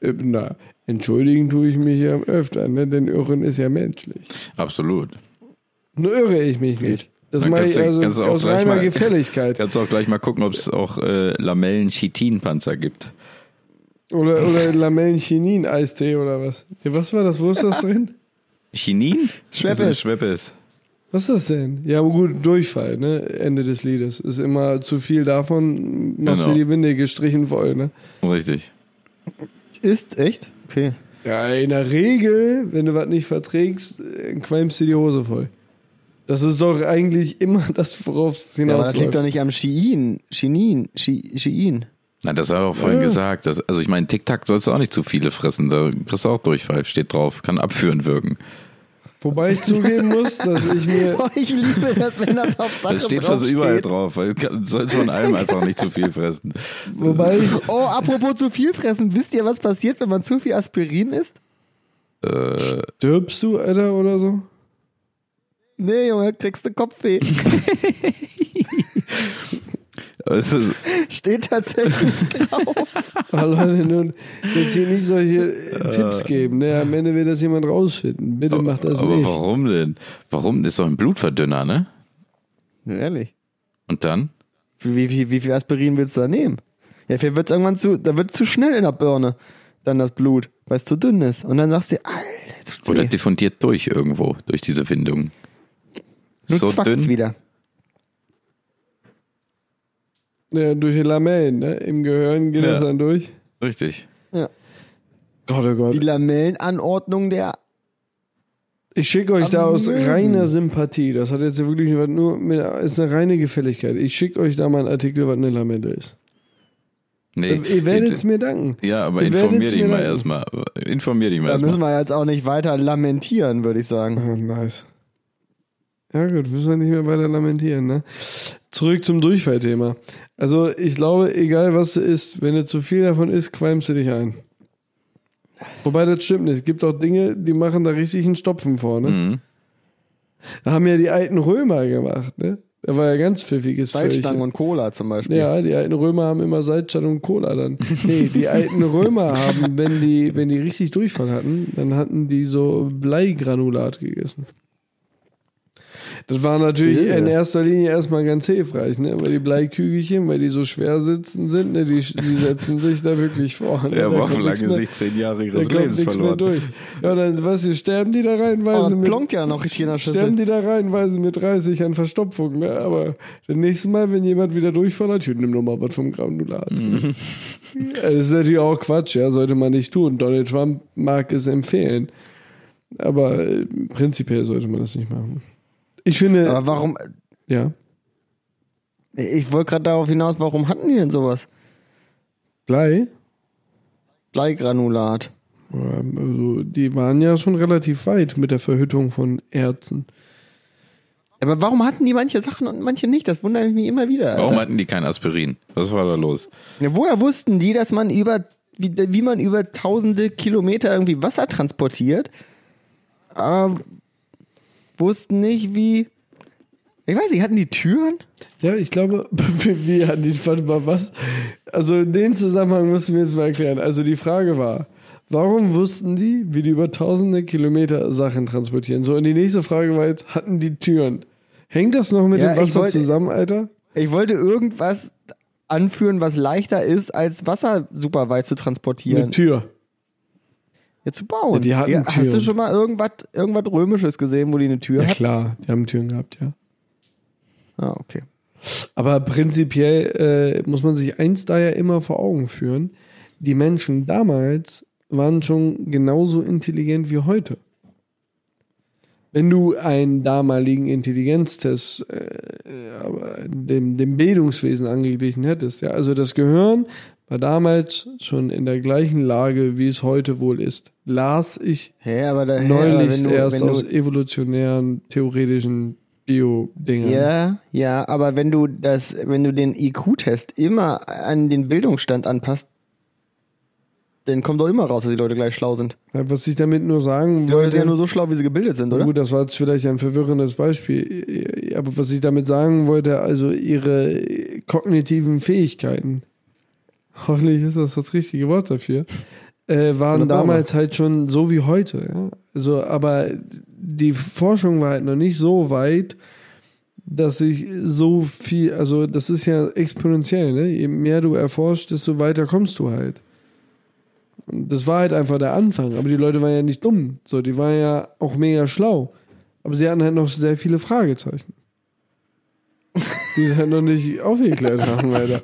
Äh, Na, entschuldigen tue ich mich ja öfter, ne? denn Irren ist ja menschlich. Absolut. Nur irre ich mich nicht. Das Dann mache kannst ich du- kannst also du auch aus gleich reiner mal- Gefälligkeit. Kannst du auch gleich mal gucken, ob es auch äh, Lamellen-Chitin-Panzer gibt. Oder, oder Lamellen-Chinin-Eistee oder was. Ja, was war das? Wo ist das drin? Chinin? Schweppes. Das ist Schweppes. Was ist das denn? Ja, aber gut, Durchfall, ne? Ende des Liedes. Ist immer zu viel davon, machst Genau. du die Winde gestrichen voll, ne? Richtig. Ist echt? Okay. Ja, in der Regel, wenn du was nicht verträgst, äh, qualmst du die Hose voll. Das ist doch eigentlich immer das, worauf es Ja, aber das hinausläuft. liegt doch nicht am Shein. Shein. Shi- Shein. Nein, das habe ich auch vorhin gesagt. Das, also ich meine, Tic-Tac sollst du auch nicht zu viele fressen. Da kriegst du auch Durchfall. Steht drauf. Kann abführend wirken. Wobei ich zugeben muss, dass ich mir... Oh, ich liebe das, wenn das auf Sache Das steht drauf fast überall drauf. Weil du sollst von allem einfach nicht zu viel fressen. Wobei ich, Oh, apropos zu viel fressen. Wisst ihr, was passiert, wenn man zu viel Aspirin isst? Äh, stirbst du, Alter, oder so? Nee, Junge, kriegst du Kopfweh. es ist, steht tatsächlich drauf. Oh, Leute, nun, jetzt hier nicht solche äh, Tipps geben. Ne? Am Ende wird das jemand rausfinden. Bitte macht das aber nicht. warum denn? Warum? Das ist doch ein Blutverdünner, ne? Ehrlich. Und dann? Wie, wie, wie viel Aspirin willst du da nehmen? Ja, vielleicht wird es irgendwann zu, da wird zu schnell in der Birne dann das Blut, weil es zu dünn ist. Und dann sagst du, Alter, das tut Oder weh. diffundiert durch irgendwo, durch diese Windung. Nun so zwackt's dünn. wieder. Ja, durch die Lamellen, ne? Im Gehirn geht Ja. das dann durch. Richtig. Gott, oh Die Gott. Lamellenanordnung der Ich schicke euch da aus Amen. reiner Sympathie. Das hat jetzt wirklich was nur mit, ist eine reine Gefälligkeit. Ich schicke euch da mal einen Artikel, was eine Lamelle ist. Nee. Ähm, Ihr werdet es die- mir danken. ja, aber ihr werdet's informier dich mir ne? mal danken. erstmal. Informier dich mal Da müssen erstmal. wir jetzt auch nicht weiter lamentieren, würde ich sagen. Ah, nice. Ja gut, müssen wir nicht mehr weiter lamentieren, ne? Zurück zum Durchfallthema. Also ich glaube, egal was du isst, wenn du zu viel davon isst, qualmst du dich ein. Wobei das stimmt nicht. Es gibt auch Dinge, die machen da richtig einen Stopfen vorne. Mhm. Haben ja die alten Römer gemacht, ne? Da war ja ganz pfiffiges Salzstangen Völkchen. und Cola zum Beispiel. Ja, die alten Römer haben immer Salzstangen und Cola dann. Nee, die alten Römer haben, wenn die, wenn die richtig Durchfall hatten, dann hatten die so Bleigranulat gegessen. Das war natürlich Ja. in erster Linie erstmal ganz hilfreich, ne? Weil die Bleikügelchen, weil die so schwer sitzen sind, ne? die, die setzen sich da wirklich vor. Ne? Da Er war kommt lange nichts mehr- sich zehn Jahre Da ihres kommt Lebens nichts mehr verloren. durch. Ja, dann, was, hier sterben die da Aber also reinweise dann mit, Oh, plonkt ja noch richtig in der Schüssel. sterben die da reinweise mit 30 an Verstopfung, ne? Aber das nächste Mal, wenn jemand wieder durchfallert, hier, nimm nochmal was vom Granulat. Ja, Das ist natürlich auch Quatsch, ja, sollte man nicht tun. Donald Trump mag es empfehlen. Aber äh, prinzipiell sollte man das nicht machen. Ich finde, Aber warum, ja, ich wollte gerade darauf hinaus, warum hatten die denn sowas? Blei, Bleigranulat. ähm, also die waren ja schon relativ weit mit der Verhüttung von Erzen. Aber warum hatten die manche Sachen und manche nicht? Das wundert mich immer wieder. Warum Alter. hatten die kein Aspirin? Was war da los? Ja, woher wussten die, dass man über, wie, wie man über tausende Kilometer irgendwie Wasser transportiert? Aber wussten nicht, wie. Ich weiß nicht, hatten die Türen? Ja, ich glaube, wir wir hatten die, warte mal, was? Also den Zusammenhang müssen wir jetzt mal erklären. Also die Frage war, warum wussten die, wie die über tausende Kilometer Sachen transportieren? So, und die nächste Frage war jetzt, hatten die Türen? Hängt das noch mit Ja, dem ich Wasser wollte- zusammen, Alter? Ich wollte irgendwas anführen, was leichter ist, als Wasser super weit zu transportieren. Eine Tür. ja, zu bauen. Ja, die hatten hast du Türen. schon mal irgendwas, irgendwas Römisches gesehen, wo die eine Tür Ja hat? klar, die haben Türen gehabt, ja. Ah, okay. Aber prinzipiell äh, muss man sich eins da ja immer vor Augen führen. Die Menschen damals waren schon genauso intelligent wie heute. Wenn du einen damaligen Intelligenztest äh, aber dem, dem Bildungswesen angeglichen hättest, ja, also das Gehirn war damals schon in der gleichen Lage, wie es heute wohl ist. Las ich Hä, aber da, hä, aber neulich wenn du, erst wenn aus du, evolutionären, theoretischen Bio-Dingern. Ja, ja, aber wenn du das, wenn du den IQ-Test immer an den Bildungsstand anpasst, dann kommt doch immer raus, dass die Leute gleich schlau sind. Ja, Was ich damit nur sagen Die Leute wollte, sind ja nur so schlau, wie sie gebildet sind, oder? Gut, das war jetzt vielleicht ein verwirrendes Beispiel. Aber was ich damit sagen wollte, also ihre kognitiven Fähigkeiten, hoffentlich ist das das richtige Wort dafür, äh, waren Wunderbar. damals halt schon so wie heute. Ja? Also, aber die Forschung war halt noch nicht so weit, dass ich so viel, also das ist ja exponentiell, ne? Je mehr du erforschst, desto weiter kommst du halt. Und das war halt einfach der Anfang. Aber die Leute waren ja nicht dumm. So, die waren ja auch mega schlau. Aber sie hatten halt noch sehr viele Fragezeichen. Die sie halt noch nicht aufgeklärt haben, leider.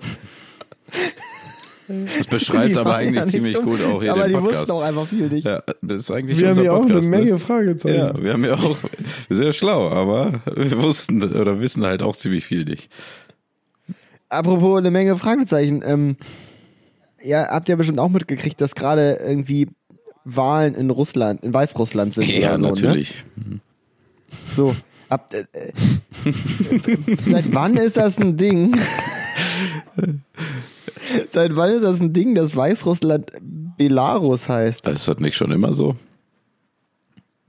Das beschreibt Die aber waren ja eigentlich nicht ziemlich dumm, gut auch hier Aber den die Podcast. wussten auch einfach viel nicht. Ja, das ist eigentlich Wir haben unser ja auch eine Podcast. Menge ne? Fragezeichen. Ja, wir haben ja auch sehr schlau, aber wir wussten oder wissen halt auch ziemlich viel nicht. Apropos eine Menge Fragezeichen. Ähm, ja, habt ihr bestimmt auch mitgekriegt, dass gerade irgendwie Wahlen in Russland, in Weißrussland sind. Ja, oder so, natürlich. Ne? So. Ab, äh, äh, seit wann ist das ein Ding? seit wann ist das ein Ding, dass Weißrussland Belarus heißt? Ist das nicht schon immer so?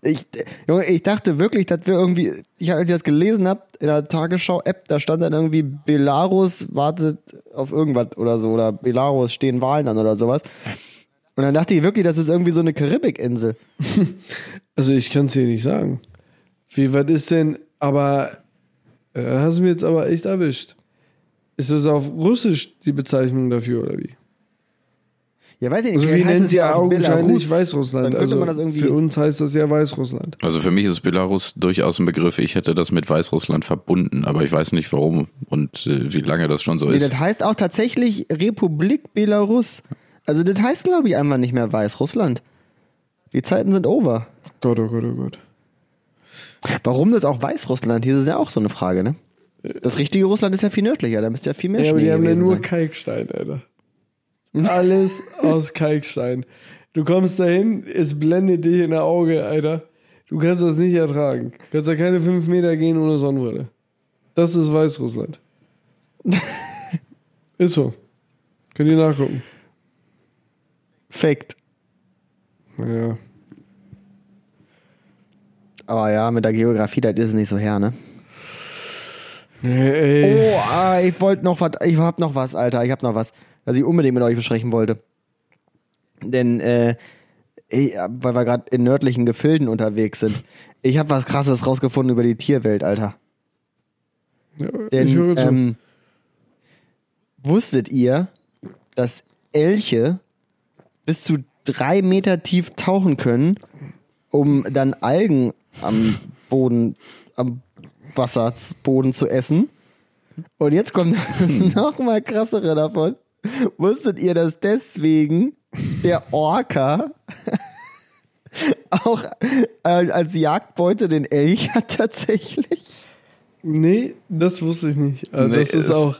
Ich, Junge, ich dachte wirklich, dass wir irgendwie, ich, als ich das gelesen habe, in der Tagesschau-App, da stand dann irgendwie Belarus wartet auf irgendwas oder so oder Belarus stehen Wahlen an oder sowas. Und dann dachte ich wirklich, das ist irgendwie so eine Karibikinsel. Also ich kann es dir nicht sagen. Wie weit ist denn, aber äh, da hast du mir jetzt aber echt erwischt. Ist das auf Russisch die Bezeichnung dafür oder wie? Ja, weiß ich nicht. Also wir vielleicht heißt nennen es sie ja augenscheinlich Belarus. Weißrussland. Dann könnte also man das irgendwie. für uns heißt das ja Weißrussland. Also für mich ist Belarus durchaus ein Begriff. Ich hätte das mit Weißrussland verbunden, aber ich weiß nicht warum und äh, wie lange das schon so nee, ist. das heißt auch tatsächlich Republik Belarus. Also das heißt, glaube ich, einfach nicht mehr Weißrussland. Die Zeiten sind over. Gott, oh Gott, oh Gott. Warum das auch Weißrussland? Hier ist ja auch so eine Frage, ne? Das richtige Russland ist ja viel nördlicher, da müsste ja viel mehr Ja, aber Schnee die haben ja gewesen nur sein. Kalkstein, Alter. Alles aus Kalkstein. Du kommst dahin, es blendet dich in der Auge, Alter. Du kannst das nicht ertragen. Du kannst da keine fünf Meter gehen ohne Sonnenbrille. Das ist Weißrussland. ist so. Könnt ihr nachgucken. Fact. Naja. Aber ja, mit der Geografie, das ist nicht so her, ne? Nee, ey. Oh, ah, ich wollte noch was, ich hab noch was, Alter, ich hab noch was, was ich unbedingt mit euch besprechen wollte. Denn, äh, eh, weil wir gerade in nördlichen Gefilden unterwegs sind. Ich hab was krasses rausgefunden über die Tierwelt, Alter. Ja, Denn, ich höre zu. ähm, wusstet ihr, dass Elche bis zu drei Meter tief tauchen können, um dann Algen am Boden, am Wasserboden zu essen? Und jetzt kommt Hm. das noch mal krassere davon. Wusstet ihr, dass deswegen der Orca auch äh, als Jagdbeute den Elch hat tatsächlich? Nee, das wusste ich nicht. Also Nee, das ist es- auch.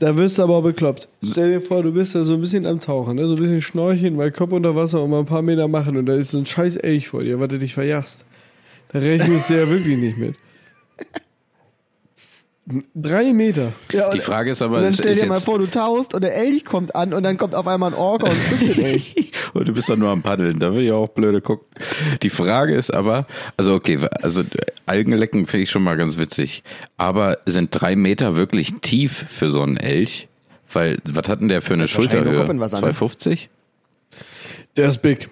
Da wirst du aber auch bekloppt. Stell dir vor, du bist da so ein bisschen am Tauchen, ne? so ein bisschen schnorcheln, mal Kopf unter Wasser und mal ein paar Meter machen und da ist so ein scheiß Elch vor dir, was du dich verjagst. Da rechnest du ja wirklich nicht mit. Drei Meter. Ja, Die und- Frage ist aber, und dann ist, stell ist dir mal jetzt, vor, du taust und der Elch kommt an und dann kommt auf einmal ein Orca und frisst den Elch. und du bist dann nur am Paddeln, da will ich auch blöde gucken. Die Frage ist aber, also okay, also Algenlecken finde ich schon mal ganz witzig, aber sind drei Meter wirklich tief für so einen Elch? Weil, was hat denn der für eine wahrscheinlich nur Schulterhöhe? Kopfwasser, ne? 250? Der ist big.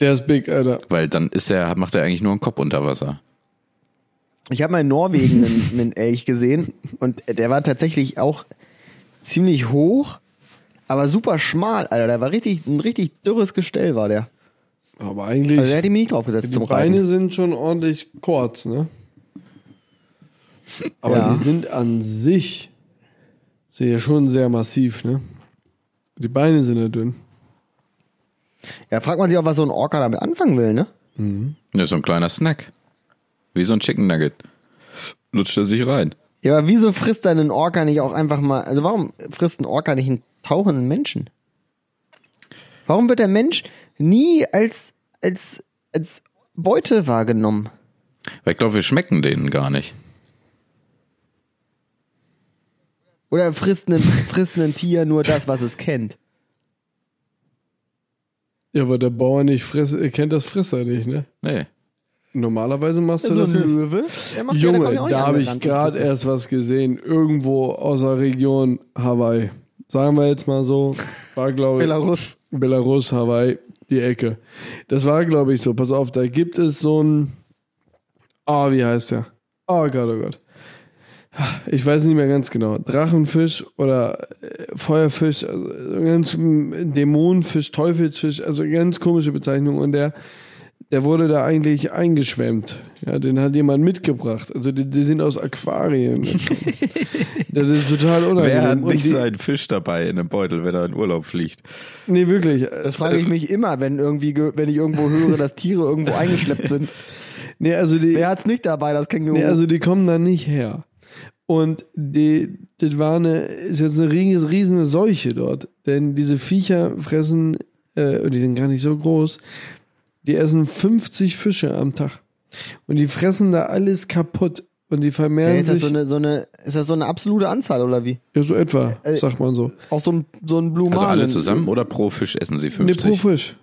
Der ist big, Alter. Weil dann ist er, macht er eigentlich nur einen Kopf unter Wasser. Ich habe mal in Norwegen einen, einen Elch gesehen und der war tatsächlich auch ziemlich hoch, aber super schmal, Alter. Der war richtig, ein richtig dürres Gestell war der. Aber eigentlich. Also der hätte ich mich nicht draufgesetzt Die zum Beine Reiten. sind schon ordentlich kurz, ne? Aber Ja. die sind an sich sind ja schon sehr massiv, ne? Die Beine sind ja dünn. Ja, fragt man sich auch, was so ein Orca damit anfangen will, ne? Das ist so ein kleiner Snack. Wie so ein Chicken Nugget. Lutscht er sich rein. Ja, aber wieso frisst dann ein Orca nicht auch einfach mal, also warum frisst ein Orca nicht einen tauchenden Menschen? Warum wird der Mensch nie als, als, als Beute wahrgenommen? Weil ich glaube, wir schmecken denen gar nicht. Oder frisst ein, frisst ein Tier nur das, was es kennt? Ja, aber der Bauer nicht friss, äh, kennt das Frisser nicht, ne? Nee. Normalerweise machst du Also das nicht. Löwe? Der macht ja- der kommt Junge, ja auch nicht da habe ich angerannt und gerade frisst erst was gesehen. Irgendwo aus der Region Hawaii. Sagen wir jetzt mal so. War, glaube ich. Belarus. Belarus, Hawaii, die Ecke. Das war, glaube ich, so. Pass auf, da gibt es so ein. Ah, wie heißt der? Oh Gott, oh Gott. Ich weiß nicht mehr ganz genau. Drachenfisch oder äh, Feuerfisch, also äh, ganz mm, Dämonenfisch, Teufelsfisch, also ganz komische Bezeichnung. Und der, der wurde da eigentlich eingeschwemmt. Ja, den hat jemand mitgebracht. Also die, die sind aus Aquarien. das ist total unangenehm. Wer hat Also, Und nicht die, seinen Fisch dabei in einem Beutel, wenn er in Urlaub fliegt? Nee, wirklich. Das frage äh, ich mich immer, wenn, irgendwie, ge- wenn ich irgendwo höre, dass Tiere irgendwo eingeschleppt sind. Nee, also die, Wer hat's nicht dabei, das Känguru? Nee, also die kommen da nicht her. Und die, das war eine, ist jetzt eine riesige, riesige Seuche dort. Denn diese Viecher fressen, äh, und die sind gar nicht so groß, die essen 50 Fische am Tag. Und die fressen da alles kaputt. Und die ja, vermehren ist, das sich. so eine, so eine, ist das so eine absolute Anzahl oder wie? ja, so etwa, Äh, sagt man so. Auch so ein, so ein Blue Also alle Marlin. zusammen oder pro Fisch essen sie Ne, pro 50? Fisch.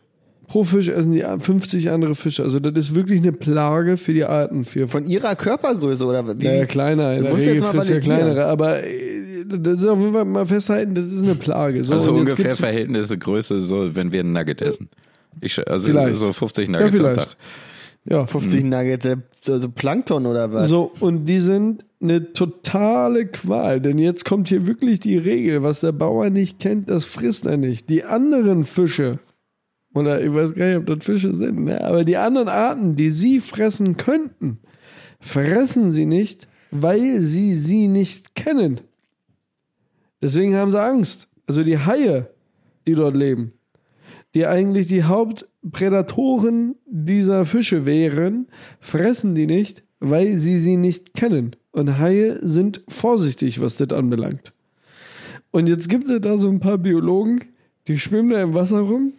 Pro Fisch essen die 50 andere Fische. Also, das ist wirklich eine Plage für die Artenvielfalt. Von ihrer Körpergröße oder wie? Ja, ja, kleiner. In der musst Regel jetzt mal frisst ja validieren. kleinere. Aber äh, das ist auf jeden Fall mal festhalten, das ist eine Plage. So, also und jetzt ungefähr gibt's- Verhältnisse Größe, so wenn wir ein Nugget essen. Ich, sch- also Vielleicht. so 50 Nuggets am vielleicht. Tag. Ja. 50 Nuggets, äh, also Plankton oder was? So, und die sind eine totale Qual, denn jetzt kommt hier wirklich die Regel, was der Bauer nicht kennt, das frisst er nicht. Die anderen Fische, oder ich weiß gar nicht, ob das Fische sind, ne? aber die anderen Arten, die sie fressen könnten, fressen sie nicht, weil sie sie nicht kennen. Deswegen haben sie Angst. Also die Haie, die dort leben, die eigentlich die Hauptprädatoren dieser Fische wären, fressen die nicht, weil sie sie nicht kennen. Und Haie sind vorsichtig, was das anbelangt. Und jetzt gibt es da so ein paar Biologen, die schwimmen da im Wasser rum,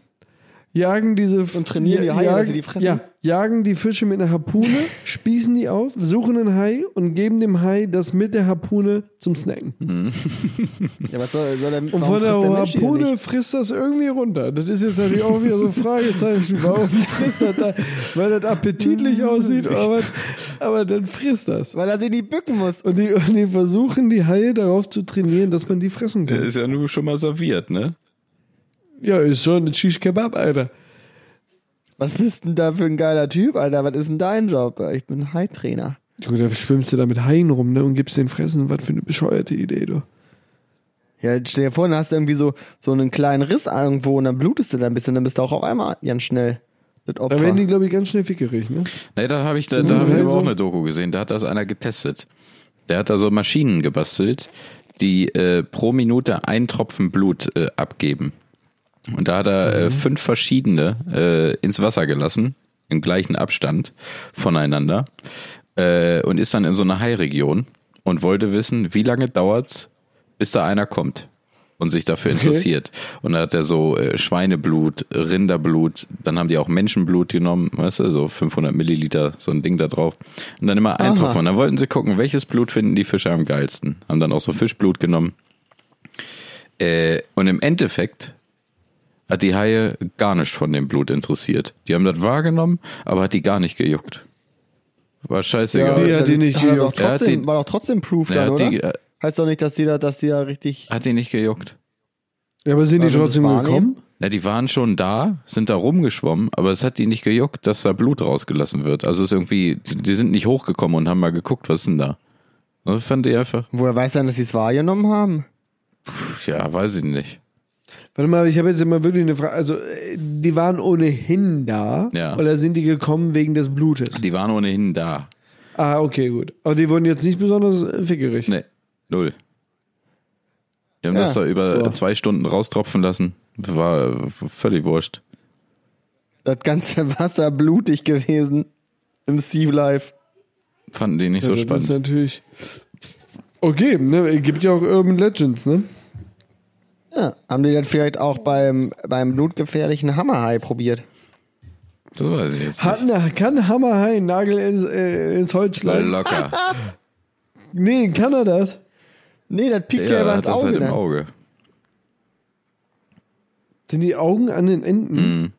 jagen diese und trainieren die Haie, dass sie die fressen? Ja, jagen die Fische mit einer Harpune, spießen die auf, suchen einen Hai und geben dem Hai das mit der Harpune zum Snacken. Ja, was soll, soll der, Und warum von der frisst der Mensch die denn Harpune nicht? frisst das irgendwie runter. Das ist jetzt natürlich auch wieder so ein Fragezeichen. Warum frisst das da? Weil das appetitlich Hm. aussieht, aber, aber dann frisst das. Weil er sie nicht bücken muss. Und die, und die versuchen, die Haie darauf zu trainieren, dass man die fressen Der kann. ist ja nur schon mal serviert, ne? Ja, ist schon ein Shish Kebab, Alter. Was bist denn da für ein geiler Typ, Alter? Was ist denn dein Job? Ich bin Hai-Trainer. Junge, da schwimmst du da mit Haien rum, ne? Und gibst den Fressen. Was für eine bescheuerte Idee, du. Ja, stell dir vor, dann hast du irgendwie so, so einen kleinen Riss irgendwo und dann blutest du da ein bisschen, dann bist du auch auf einmal ganz schnell das Da Opfer. werden die, glaube ich, ganz schnell fickerig, ne? Nee, da habe ich, da, da hab ich Mhm. aber auch eine Doku gesehen. Da hat das einer getestet. Der hat da so Maschinen gebastelt, die äh, pro Minute einen Tropfen Blut äh, abgeben. Und da hat er Mhm. äh, fünf verschiedene äh, ins Wasser gelassen, im gleichen Abstand voneinander. Äh, und ist dann in so eine Hairegion und wollte wissen, wie lange dauert's, bis da einer kommt und sich dafür interessiert. Und da hat er so äh, Schweineblut, Rinderblut, dann haben die auch Menschenblut genommen, weißt du, so 500 Milliliter, so ein Ding da drauf. Und dann immer einen Aha. Tropfen. Und dann wollten sie gucken, welches Blut finden die Fische am geilsten. Haben dann auch so Fischblut genommen. Äh, und im Endeffekt hat die Haie gar nicht von dem Blut interessiert. Die haben das wahrgenommen, aber hat die gar nicht gejuckt. War scheißegal. Ja, die nicht hat er doch gejuckt. Er hat trotzdem, die- war doch trotzdem Proof Ja, dann, hat, oder? die, äh, heißt doch nicht, dass die da, dass die da richtig. hat die nicht gejuckt. Ja, aber sind die Also das trotzdem wahrnehmen? gekommen? Na, die waren schon da, sind da rumgeschwommen, aber es hat die nicht gejuckt, dass da Blut rausgelassen wird. Also es ist irgendwie, die sind nicht hochgekommen und haben mal geguckt, was ist denn da? Das fand ich einfach, Woher weiß er denn, dass sie es wahrgenommen haben? pf, ja, weiß ich nicht. Warte mal, ich habe jetzt immer wirklich eine Frage. Also, äh, die waren ohnehin da. Ja. Oder sind die gekommen wegen des Blutes? Die waren ohnehin da. Ah, okay, gut. Aber die wurden jetzt nicht besonders äh, fickerig. Nee, Ne, null. Die haben Ja, das da über so. zwei Stunden raustropfen lassen. War äh, völlig wurscht. Das ganze Wasser blutig gewesen im Sea Life. Fanden die nicht so Also, das ist spannend. natürlich. Okay, ne? Gibt ja auch Urban Legends, ne? Ja, haben die das vielleicht auch beim, beim blutgefährlichen Hammerhai probiert? Das weiß ich jetzt Hat, nicht. na, kann Hammerhai einen Nagel ins, äh, ins Holz schlagen? Locker. Nee, kann er das? Nee, das piekt ja, Ja, immer hat ins das Auge. halt im dann. Auge. Sind die Augen an den Enden? Mhm.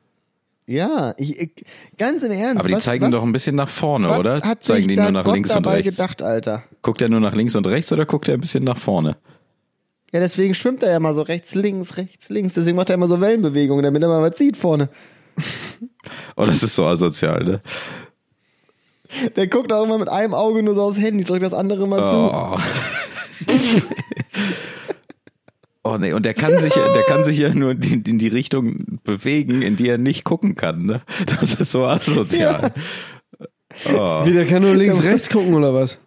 Ja, ich, ich, ganz im Ernst. Aber die was, zeigen was, doch ein bisschen nach vorne, was oder? Hat zeigen sich die da nur nach Gott links und dabei rechts. gedacht, Alter. Guckt er nur nach links und rechts oder guckt er ein bisschen nach vorne? Ja, deswegen schwimmt er ja immer so rechts, links, rechts, links. Deswegen macht er immer so Wellenbewegungen, damit er mal was sieht vorne. Oh, das ist so asozial, ne? Der guckt auch immer mit einem Auge nur so aufs Handy, drückt das andere mal zu. Oh. oh nee, und der kann sich ja, der kann sich ja nur in die, in die Richtung bewegen, in die er nicht gucken kann, ne? Das ist so asozial. Wie, der kann nur links, rechts gucken oder was?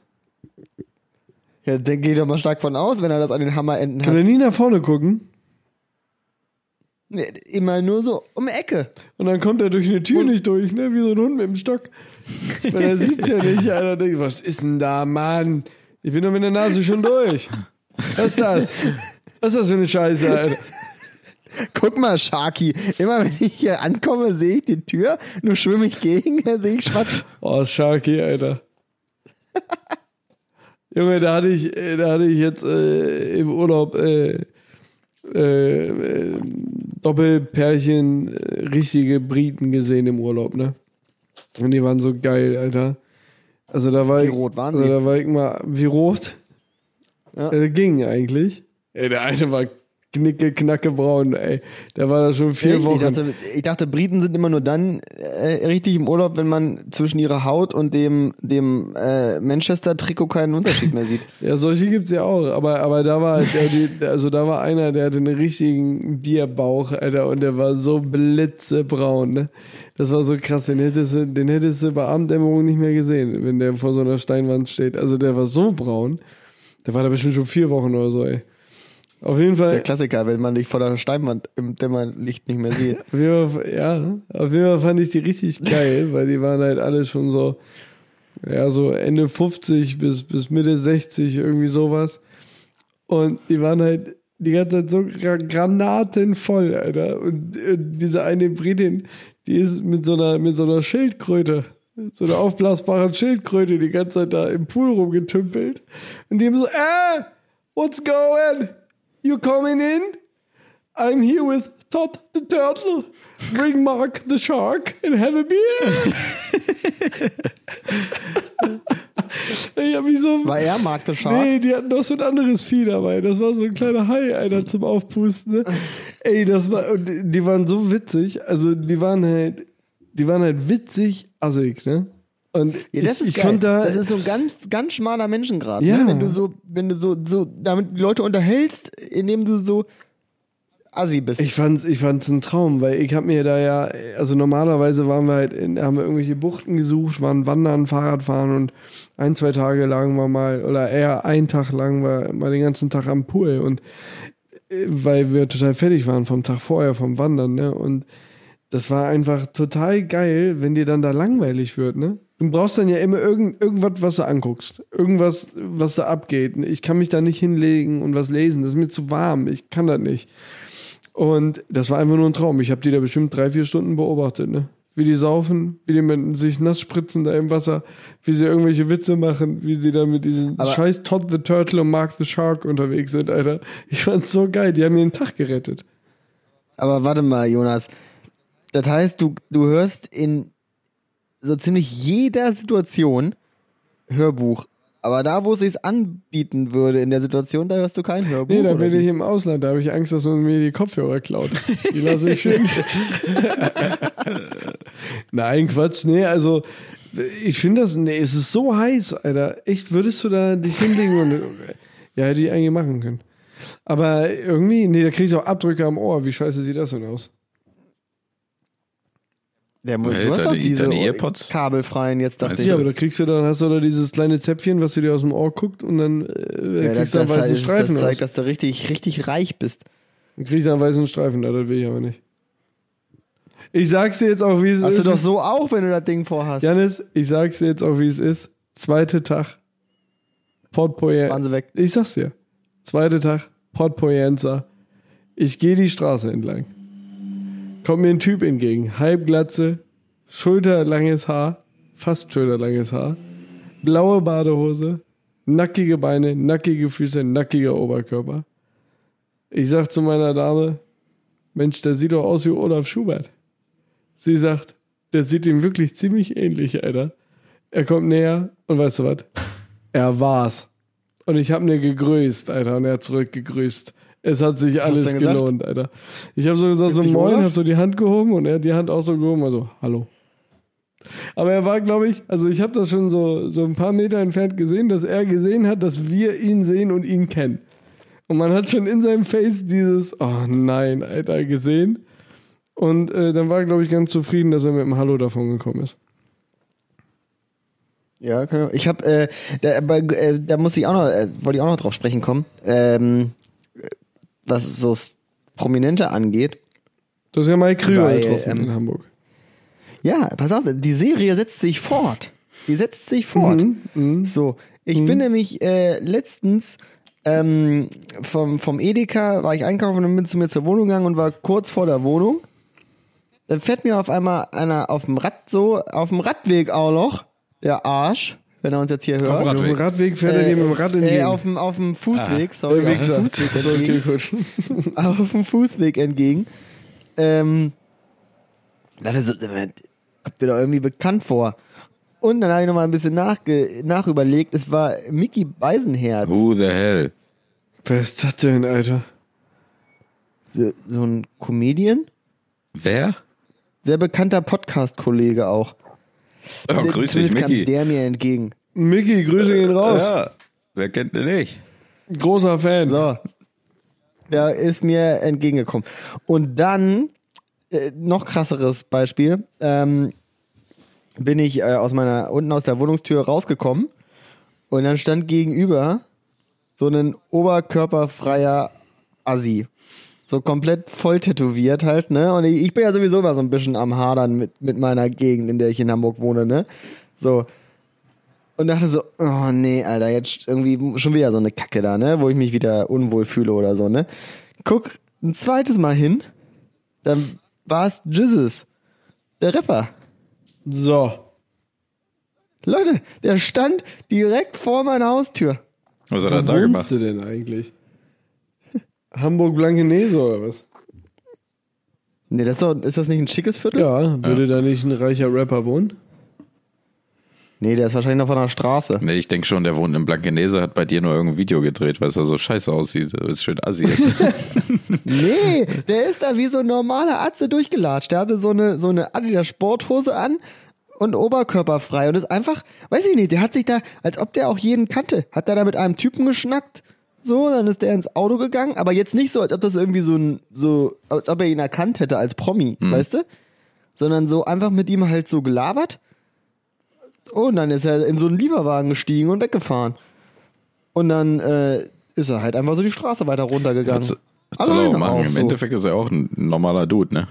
Ja, der geht doch mal stark von aus, wenn er das an den Hammerenden Kann hat. er nie nach vorne gucken? Nee, Immer nur so um die Ecke. Und dann kommt er durch eine Tür nicht durch, ne? Wie so ein Hund mit dem Stock. Weil er sieht's ja nicht. Alter, denkt, was ist denn da, Mann? Ich bin doch mit der Nase schon durch. Was ist das? Was ist das für eine Scheiße, Alter? Guck mal, Sharky. Immer wenn ich hier ankomme, sehe ich die Tür, nur schwimme ich gegen, dann sehe ich schwarz. Oh, Sharky, Alter. Junge, da hatte ich, äh, da hatte ich jetzt äh, im Urlaub äh, äh, äh, Doppelpärchen äh, richtige Briten gesehen im Urlaub, ne? Und die waren so geil, Alter. Also da war Wie ich, rot waren also sie? da war ich mal wie rot. Ja. Äh, ging eigentlich. Ey, der eine war knicke knacke braun, ey. Der war da schon vier ich, Wochen. dachte, ich dachte, Briten sind immer nur dann äh, richtig im Urlaub, wenn man zwischen ihrer Haut und dem, dem äh, Manchester-Trikot keinen Unterschied mehr sieht. Ja, solche gibt's ja auch, aber, aber da war der, die, also da war einer, der hatte einen richtigen Bierbauch, Alter, und der war so blitzebraun, ne? Das war so krass, den hättest du, den hättest du bei Abenddämmerung nicht mehr gesehen, wenn der vor so einer Steinwand steht. Also der war so braun, der war da bestimmt schon vier Wochen oder so, ey. Auf jeden Fall, Der Klassiker, wenn man dich vor der Steinwand im Dämmerlicht nicht mehr sieht. auf jeden Fall, ja, auf jeden Fall fand ich die richtig geil, weil die waren halt alle schon so, ja, so Ende 50 bis, bis Mitte 60, irgendwie sowas. Und die waren halt die ganze Zeit so gra- granatenvoll, Alter. Und, äh, diese eine Britin, die ist mit so einer, mit so einer Schildkröte, so einer aufblasbaren Schildkröte, die ganze Zeit da im Pool rumgetümpelt. Und die haben so, äh, what's going? You coming in? I'm here with Top the Turtle, bring Mark the Shark and have a beer. ich hab mich so. War er Mark the Shark? Nee, die hatten doch so ein anderes Vieh dabei. Das war so ein kleiner Hai, einer zum Aufpusten. Ne? Ey, das war, und die waren so witzig. Also, die waren halt, die waren halt witzig assig, ne? Und Ja, das ich, ist ich geil. konnte da, das ist so ein ganz, ganz schmaler Menschengrad. Ja. Ne? Wenn du so, wenn du so, so damit die Leute unterhältst, indem du so assi bist. Ich fand's, ich fand's ein Traum, weil ich hab mir da ja, also normalerweise waren wir halt, in, haben wir irgendwelche Buchten gesucht, waren wandern, Fahrradfahren und ein, zwei Tage lang war mal, oder eher ein Tag lang war mal den ganzen Tag am Pool und äh, weil wir total fertig waren vom Tag vorher, vom Wandern, ne? Und das war einfach total geil, wenn dir dann da langweilig wird, ne? Du brauchst dann ja immer irgend, irgendwas, was du anguckst. Irgendwas, was da abgeht. Ich kann mich da nicht hinlegen und was lesen. Das ist mir zu warm. Ich kann das nicht. Und das war einfach nur ein Traum. Ich habe die da bestimmt drei, vier Stunden beobachtet, ne? Wie die saufen, wie die mit sich nass spritzen da im Wasser, wie sie irgendwelche Witze machen, wie sie da mit diesen Aber- scheiß Todd the Turtle und Mark the Shark unterwegs sind, Alter. Ich fand's so geil. Die haben mir den Tag gerettet. Aber warte mal, Jonas. Das heißt, du, du hörst in so ziemlich jeder Situation Hörbuch. Aber da, wo es sich anbieten würde in der Situation, da hörst du kein Hörbuch. Nee, da oder bin wie? ich im Ausland, da habe ich Angst, dass man mir die Kopfhörer klaut. Die lasse ich stehen. Nein, Quatsch, nee, also ich finde das, nee, es ist so heiß, Alter. Echt, würdest du da dich hinlegen und. Ja, hätte ich eigentlich machen können. Aber irgendwie, nee, da kriege ich auch Abdrücke am Ohr. Wie scheiße sieht das denn aus? Der muss, Hey, du hast doch deine- diese deine Earpods? kabelfreien jetzt, dachte Meinst ich. Ja, du? aber da kriegst du dann, hast du da dieses kleine Zäpfchen, was du dir aus dem Ohr guckt und dann äh, Ja, das, kriegst du das, einen weißen das, das Streifen. zeigt, aus. dass du richtig, richtig reich bist. Dann kriegst du einen weißen Streifen, da, das will ich aber nicht. Ich sag's dir jetzt auch, wie es Hast ist. du doch so auch, wenn du das Ding vorhast. Janis, ich sag's dir jetzt auch, wie es ist. Zweite Tag. Portpoyer. Waren sie weg. Ich sag's dir. Zweite Tag. Portpoyenser. Ich gehe die Straße entlang. Kommt mir ein Typ entgegen. Halbglatze, schulterlanges Haar, fast schulterlanges Haar, blaue Badehose, nackige Beine, nackige Füße, nackiger Oberkörper. Ich sag zu meiner Dame, Mensch, der sieht doch aus wie Olaf Schubert. Sie sagt, der sieht ihm wirklich ziemlich ähnlich, Alter. Er kommt näher und weißt du was? Er war's. Und ich hab mir gegrüßt, Alter, und er hat zurückgegrüßt. Es hat sich du alles denn gesagt? gelohnt, Alter. Ich habe so gesagt, so Richtig, moin, Olaf? hab so die Hand gehoben und er hat die Hand auch so gehoben, also hallo. Aber er war, glaube ich, also ich habe das schon so, so ein paar Meter entfernt gesehen, dass er gesehen hat, dass wir ihn sehen und ihn kennen. Und man hat schon in seinem Face dieses, oh nein, Alter, gesehen. Und äh, dann war er, glaube ich, ganz zufrieden, dass er mit dem Hallo davon gekommen ist. Ja, kann ich. Ich habe, äh, da, aber, äh, da muss ich auch noch, äh, wollte ich auch noch drauf sprechen kommen, ähm, was so S- Prominente angeht. Du hast ja Mike Krüger Weil, getroffen ähm, in Hamburg. Ja, pass auf, die Serie setzt sich fort. Die setzt sich fort. So, ich bin nämlich äh, letztens ähm, vom, vom Edeka war ich einkaufen und bin zu mir zur Wohnung gegangen und war kurz vor der Wohnung. Dann fährt mir auf einmal einer auf dem Rad so, auf dem Radweg auch noch, der Arsch, wenn er uns jetzt hier hört. Radweg. Auf dem Radweg fährt er dir mit dem Rad äh, entgegen. Ah, auf dem auf dem Fußweg, sorry, Der auf Wichser. dem Fußweg So, okay, entgegen, gut. auf dem Fußweg entgegen. Ähm, da dachte ich so, äh, kommt dir da irgendwie bekannt vor. Und dann habe ich nochmal ein bisschen nachge nachüberlegt. Es war Mickey Beisenherz. Who the hell? Wer ist das denn, Alter? So, so ein Comedian. Wer? Sehr bekannter Podcast-Kollege auch. Oh, Der- grüß dich, zumindest kam Micky. der mir entgegen. Mickey, Grüße gehen raus. Ja, wer kennt den nicht? Großer Fan. So. Der ist mir entgegengekommen. Und dann, äh, noch krasseres Beispiel, ähm, bin ich äh, aus meiner, unten aus der Wohnungstür rausgekommen und dann stand gegenüber so ein oberkörperfreier Assi. So komplett voll tätowiert halt, ne? Und ich, ich bin ja sowieso immer so ein bisschen am Hadern mit, mit meiner Gegend, in der ich in Hamburg wohne, ne? So. Und dachte so, oh nee, Alter, jetzt irgendwie schon wieder so eine Kacke da, ne? Wo ich mich wieder unwohl fühle oder so, ne? Guck ein zweites Mal hin, dann war es Jizzes, der Rapper. so. Leute, der stand direkt vor meiner Haustür. Was hat Wo er da wohnst gemacht? du denn eigentlich? Hamburg-Blankenese oder was? Nee, das ist, doch, ist das nicht ein schickes Viertel? Ja, würde da nicht ein reicher Rapper wohnen? Nee, der ist wahrscheinlich noch von der Straße. Nee, ich denke schon, der wohnt in Blankenese, hat bei dir nur irgendein Video gedreht, weil es da so scheiße aussieht. Das ist schön assi jetzt. Nee, der ist da wie so ein normaler Atze durchgelatscht. Der hatte so eine, so eine Adidas Sporthose an und oberkörperfrei und ist einfach, weiß ich nicht, der hat sich da, als ob der auch jeden kannte, hat er da mit einem Typen geschnackt. So, dann ist der ins Auto gegangen, aber jetzt nicht so, als ob das irgendwie so ein, so, als ob er ihn erkannt hätte als Promi, weißt du? Sondern so einfach mit ihm halt so gelabert. Und dann ist er in so einen Lieferwagen gestiegen und weggefahren. Und dann äh, ist er halt einfach so die Straße weiter runtergegangen. Soll er auch Alleine machen. auch Im so. Endeffekt ist er auch ein normaler Dude, ne?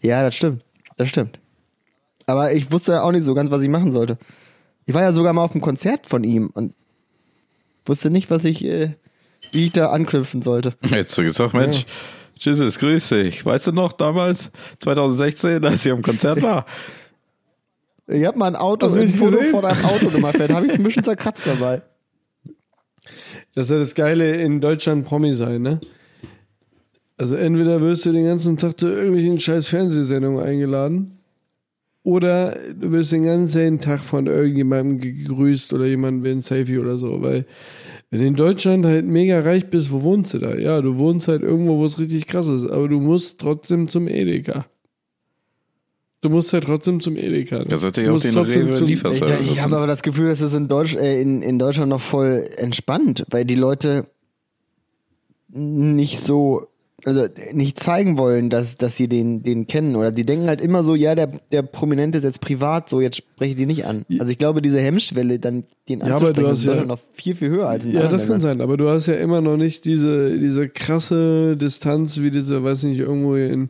Ja, das stimmt. Das stimmt. Aber ich wusste ja auch nicht so ganz, was ich machen sollte. Ich war ja sogar mal auf einem Konzert von ihm und wusste nicht, was ich, äh, wie ich da anknüpfen sollte. Jetzt so gesagt, Mensch, Jesus, grüß dich. Weißt du noch, damals, 2016, als ich am Konzert war? Ich hab mal ein Auto, Hast du ein nicht Foto gesehen? vor deinem Auto gemacht. Vielleicht habe ich es ein bisschen zerkratzt dabei. Das ist ja das Geile in Deutschland Promi sein, ne? Also entweder wirst du den ganzen Tag zu irgendwelchen scheiß Fernsehsendungen eingeladen oder du wirst den ganzen Tag von irgendjemandem gegrüßt oder jemandem will ein Selfie oder so, weil wenn du in Deutschland halt mega reich bist, wo wohnst du da? Ja, du wohnst halt irgendwo, wo es richtig krass ist, aber du musst trotzdem zum Edeka. Du musst halt trotzdem zum Edeka. ne? Das ist natürlich Du auch musst den trotzdem Rewe zum- Lieferservice. Ich, soll das ich jetzt habe sein? aber das Gefühl, das ist in, Deutsch, äh, in, in Deutschland noch voll entspannt, weil die Leute nicht so, also nicht zeigen wollen, dass, dass sie den, den kennen. Oder die denken halt immer so, ja, der, der Prominente ist jetzt privat, so jetzt spreche ich die nicht an. Also ich glaube, diese Hemmschwelle, dann den aber anzusprechen, du hast ist in ja- Deutschland noch viel, viel höher als in Ja, anderen das kann Ländern. sein, aber du hast ja immer noch nicht diese, diese krasse Distanz, wie diese, weiß nicht, irgendwo hier in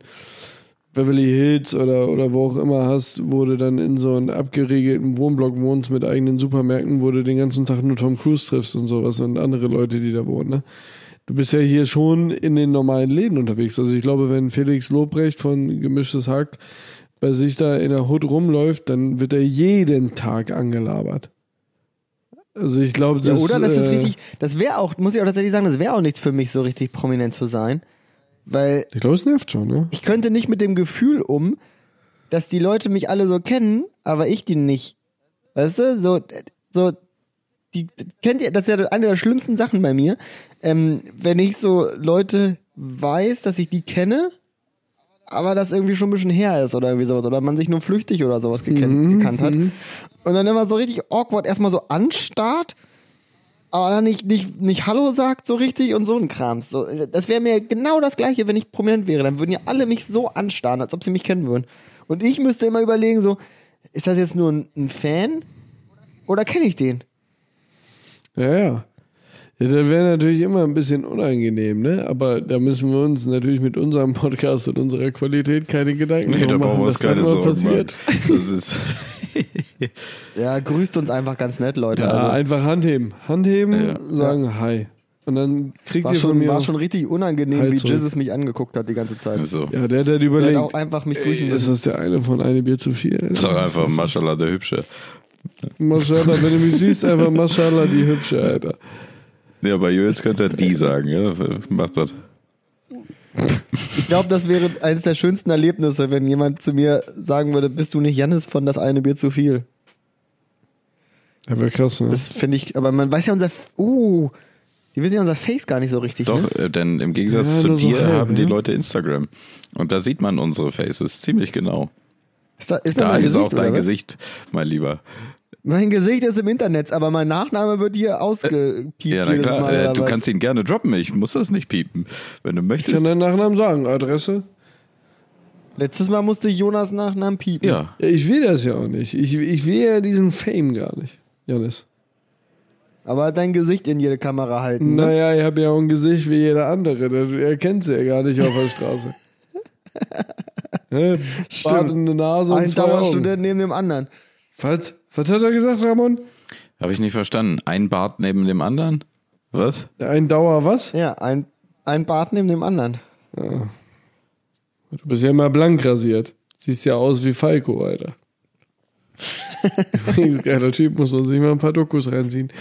Beverly Hills oder, oder wo auch immer hast, wo du dann in so einem abgeriegelten Wohnblock wohnst mit eigenen Supermärkten, wo du den ganzen Tag nur Tom Cruise triffst und sowas und andere Leute, die da wohnen. Ne? Du bist ja hier schon in den normalen Läden unterwegs. Also ich glaube, wenn Felix Lobrecht von Gemischtes Hack bei sich da in der Hut rumläuft, dann wird er jeden Tag angelabert. Also ich glaube, Ja, das oder das ist äh, richtig, das wäre auch, muss ich auch tatsächlich sagen, das wäre auch nichts für mich, so richtig prominent zu sein. Weil Ich glaube, es nervt schon, ne? ich könnte nicht mit dem Gefühl um, dass die Leute mich alle so kennen, aber ich die nicht. Weißt du, so, so, die, kennt ihr, das ist ja eine der schlimmsten Sachen bei mir, ähm, wenn ich so Leute weiß, dass ich die kenne, aber das irgendwie schon ein bisschen her ist oder irgendwie sowas, oder man sich nur flüchtig oder sowas geken gekannt hat. Und dann immer so richtig awkward erstmal so anstarrt, aber dann nicht, nicht, nicht Hallo sagt so richtig und so ein Krams. So, das wäre mir genau das Gleiche, wenn ich prominent wäre. Dann würden ja alle mich so anstarren, als ob sie mich kennen würden. Und ich müsste immer überlegen, so, ist das jetzt nur ein, ein Fan oder kenne ich den? Ja, ja. Ja, das wäre natürlich immer ein bisschen unangenehm, ne? Aber da müssen wir uns natürlich mit unserem Podcast und unserer Qualität keine Gedanken Nee, da drum brauchen machen, wir uns was dann keine mal Sorgen passiert. machen. Das ist, Ja, grüßt uns einfach ganz nett, Leute. Ja, also, einfach Handheben. Handheben, Ja. sagen Hi. Und dann kriegt war, ihr von schon, mir. war schon richtig unangenehm, Halt wie zurück. Jesus mich angeguckt hat die ganze Zeit. so. ja, der hat halt er überlegt. hat auch einfach mich grüßen ey, ist müssen. das der eine von einem Bier zu viel? Ist doch einfach Maschallah der Hübsche. Maschallah, wenn du mich siehst, einfach Maschallah, die hübsche, Alter. Ja, bei Jules könnte er die sagen, ja. Macht was. Ich glaube, das wäre eines der schönsten Erlebnisse, wenn jemand zu mir sagen würde, bist du nicht Jannis von das eine Bier zu viel? Ja, wäre krass, ne? Das finde ich, aber man weiß ja unser, F- uh, die wissen ja unser Face gar nicht so richtig. Doch, ne? äh, denn im Gegensatz Ja, zu nur so dir halb, haben die ja. Leute Instagram. Und da sieht man unsere Faces ziemlich genau. Ist da, ist da, Da mein ist Gesicht, auch dein oder was? Gesicht, mein Lieber. Mein Gesicht ist im Internet, aber mein Nachname wird hier ausgepiept Ja, na jedes klar. Mal. äh, oder du was? kannst ihn gerne droppen. Ich muss das nicht piepen. Wenn Ich du kann möchtest. deinen Nachnamen sagen, Adresse. Letztes Mal musste ich Jonas Nachnamen piepen. Ja. Ja, ich will das ja auch nicht. Ich, ich will ja diesen Fame gar nicht, Janis. Aber dein Gesicht in jede Kamera halten. Ne? Naja, ich habe ja auch ein Gesicht wie jeder andere. Das- Er kennt sie ja gar nicht auf der Straße. Ne? Bart in der Nase und Ein zwei Augen. Dauerstudent neben dem anderen. Was? Was hat er gesagt, Ramon? Habe ich nicht verstanden. Ein Bart neben dem anderen? Was? Ein Dauer was? Ja, ein, ein Bart neben dem anderen. Du bist ja immer blank rasiert. Siehst ja aus wie Falco, Alter. Übrigens, geiler Typ, muss man sich mal ein paar Dokus reinziehen.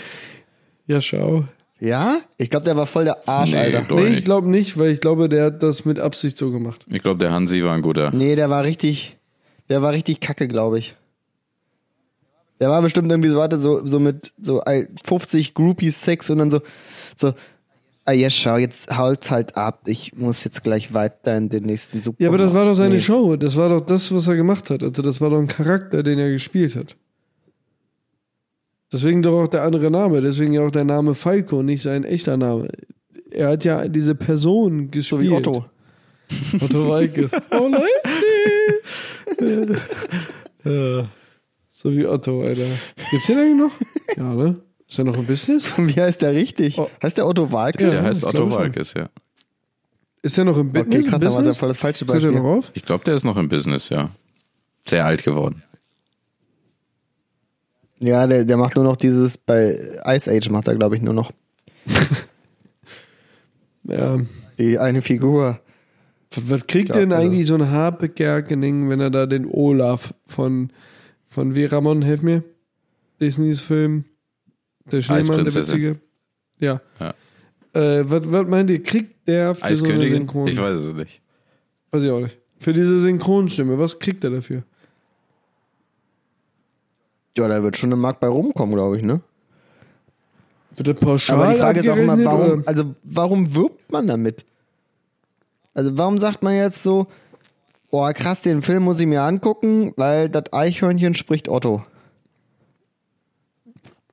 Ja, schau. Ja? Ich glaube, der war voll der Arsch, Nee, Alter. doch. Nee, ich nicht. glaube nicht, weil ich glaube, der hat das mit Absicht so gemacht. Ich glaube, der Hansi war ein guter. Nee, der war richtig, der war richtig kacke, glaube ich. Der war äh, bestimmt irgendwie so, warte, so, so mit so ein- 50 Groupies Sex und dann so, so, ah ja, schau, jetzt haut's halt ab. Ich muss jetzt gleich weiter in den nächsten Super. Ja, aber das war doch seine Nee. Show. Das war doch das, was er gemacht hat. Also das war doch ein Charakter, den er gespielt hat. Deswegen doch auch der andere Name. Deswegen ja auch der Name Falco, nicht sein echter Name. Er hat ja diese So Person gespielt. wie Otto. Otto Walkes. oh nein. so wie Otto, Alter. Gibt's den eigentlich noch? Ja, ne? Ist er noch im Business? Wie heißt der richtig? Oh. Heißt der Otto Walkes? Der Ja, heißt ich Otto glaube schon. Walkes, ja. Ist er noch im Business? Okay, krass, Business? aber das ist ja voll das falsche Tritt er noch Beispiel. auf? Ich glaube, der ist noch im Business, ja. Sehr alt geworden. Ja, der, der macht nur noch dieses, bei Ice Age macht er, glaube ich, nur noch Ja. die eine Figur. Was kriegt Ja, denn also- eigentlich so ein Harpe Kerkening, wenn er da den Olaf von, von W. Ramon, helf mir, Disneys Film, der Schneemann, der Eisprinzessin. Witzige. Ja. Ja. Äh, was, was meint ihr, kriegt der für so eine Eiskönigin? Synchron? ich weiß es nicht. Weiß ich auch nicht. Für diese Synchronstimme, was kriegt er dafür? Ja, da wird schon eine Mark bei rumkommen, glaube ich, ne? Wird er pauschal Aber die Frage ist auch immer, abgerechnet, warum, oder? also warum wirbt man damit? Also warum sagt man jetzt so, oh krass, den Film muss ich mir angucken, weil das Eichhörnchen spricht Otto.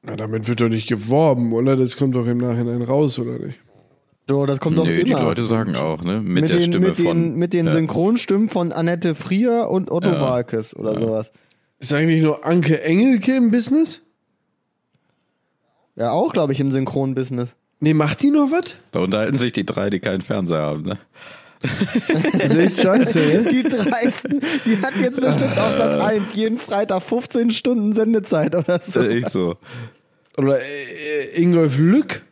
Na, damit wird doch nicht geworben, oder? Das kommt doch im Nachhinein raus, oder nicht? So, das kommt doch Nö, immer. die Leute sagen auch, ne? Mit, mit der den, Stimme mit von. den, mit den ja. Synchronstimmen von Annette Frier und Otto Ja. Walkes oder sowas. Ist eigentlich nur Anke Engelke im Business? Ja, auch, glaube ich, im Synchronbusiness. Nee, macht die noch was? Da unterhalten sich die drei, die keinen Fernseher haben, ne? Das ist echt scheiße, ey. Die dreisten, die hat jetzt bestimmt auf Sat 1 jeden Freitag 15 Stunden Sendezeit oder Das so. ist echt so. Oder äh, äh, Ingolf Lück.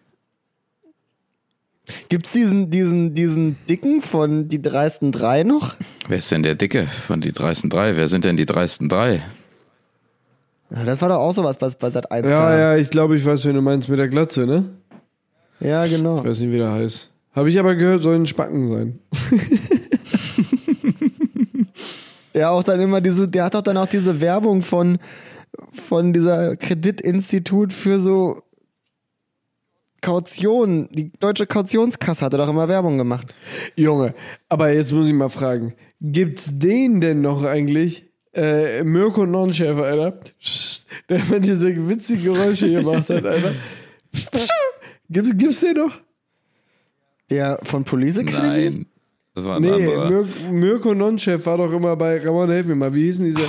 Gibt's diesen, diesen, diesen Dicken von die dreisten drei noch? Wer ist denn der Dicke von die dreisten drei? Wer sind denn die dreisten drei? Ja, das war doch auch sowas, was bei Sat 1 Ja, ja, ich glaube, ich weiß, wen du meinst mit der Glatze, ne? ja, genau. Ich weiß nicht, wie der heißt. Habe ich aber gehört, soll ein Spacken sein. Der auch dann immer diese, der hat doch dann auch diese Werbung von, von dieser Kreditinstitut für so Kaution. Die deutsche Kautionskasse hatte doch immer Werbung gemacht. Junge, aber jetzt muss ich mal fragen: Gibt's den denn noch eigentlich? Äh, Mirko Nonchef, Alter. Der immer diese witzigen Geräusche gemacht hat, Alter. Gibt's, gibt's den noch? Der von Police Academy? Nein. Das war ein Nee, anderer. Mir Mirko Nonchef war doch immer bei Ramon, helf mir mal. Wie hießen diese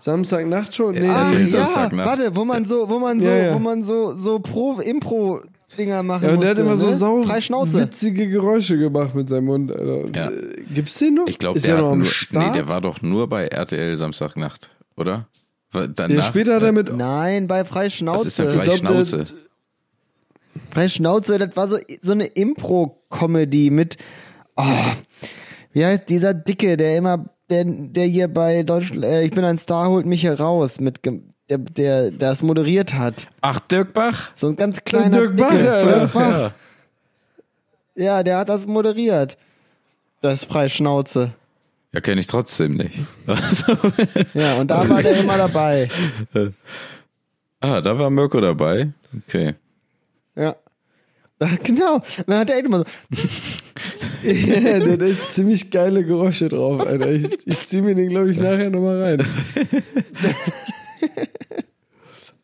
Samstagnacht-Show? Nee, Ah, Ja, die- nee, ja, Samstagnacht. warte, wo man so, wo man so, Ja, ja. wo man so, so Pro, Impro Dinger machen Ja, und der hat musste, immer so ne? sau Frei Schnauze. witzige Geräusche gemacht mit seinem Mund. Alter. Ja. Äh, Gibt's den noch? Ich glaube, Ist der, hat noch am nur- Start? nee, der war doch nur bei RTL Samstagnacht, oder? Weil Danach, Ja, später hat er mit. Nein, bei Frei Was ist denn Schnauze. vielleicht Ich glaub, der- Schnauze? Frei Schnauze, das war so so eine Impro Comedy mit oh, wie heißt dieser dicke, der immer der der hier bei Deutschland äh, ich bin ein Star holt mich hier raus mit ge- der der das moderiert hat. Ach, Dirk Bach? So ein ganz kleiner Dirk Bach, Dicke. Alter. Dirk Bach. Ja, der hat das moderiert. Das Frei Schnauze. Ja, kenne ich trotzdem nicht. Ja, und da war der immer dabei. ah, da war Mirko dabei. Okay. Ja. Ah, Genau. Dann hat er immer so. Ja, da da ist ziemlich geile Geräusche drauf, Alter. Ich, ich zieh mir den, glaube ich, nachher nochmal rein.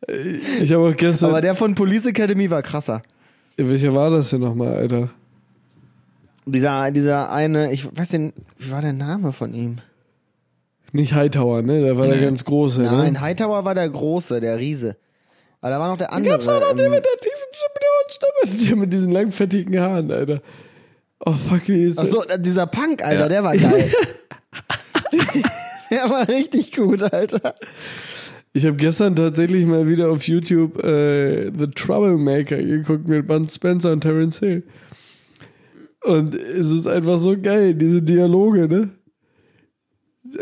Äh, ich habe auch gestern. Aber der von Police Academy war krasser. welcher war das denn nochmal, Alter? Dieser, dieser eine, ich weiß den, wie war der Name von ihm? Nicht Hightower, ne? Da war der Nee. ganz große. Nein, ne? Hightower war der Große, der Riese. Aber da war noch der andere. Gab's auch noch den ähm, mit der tiefen Stimme, der mit diesen langfettigen Haaren, Alter. Oh fuck, wie ist ach das? so, dieser Punk, Alter, Ja. der war geil. der war richtig gut, Alter. Ich habe gestern tatsächlich mal wieder auf YouTube äh, The Troublemaker geguckt mit Bud Spencer und Terence Hill. Und es ist einfach so geil, diese Dialoge, ne?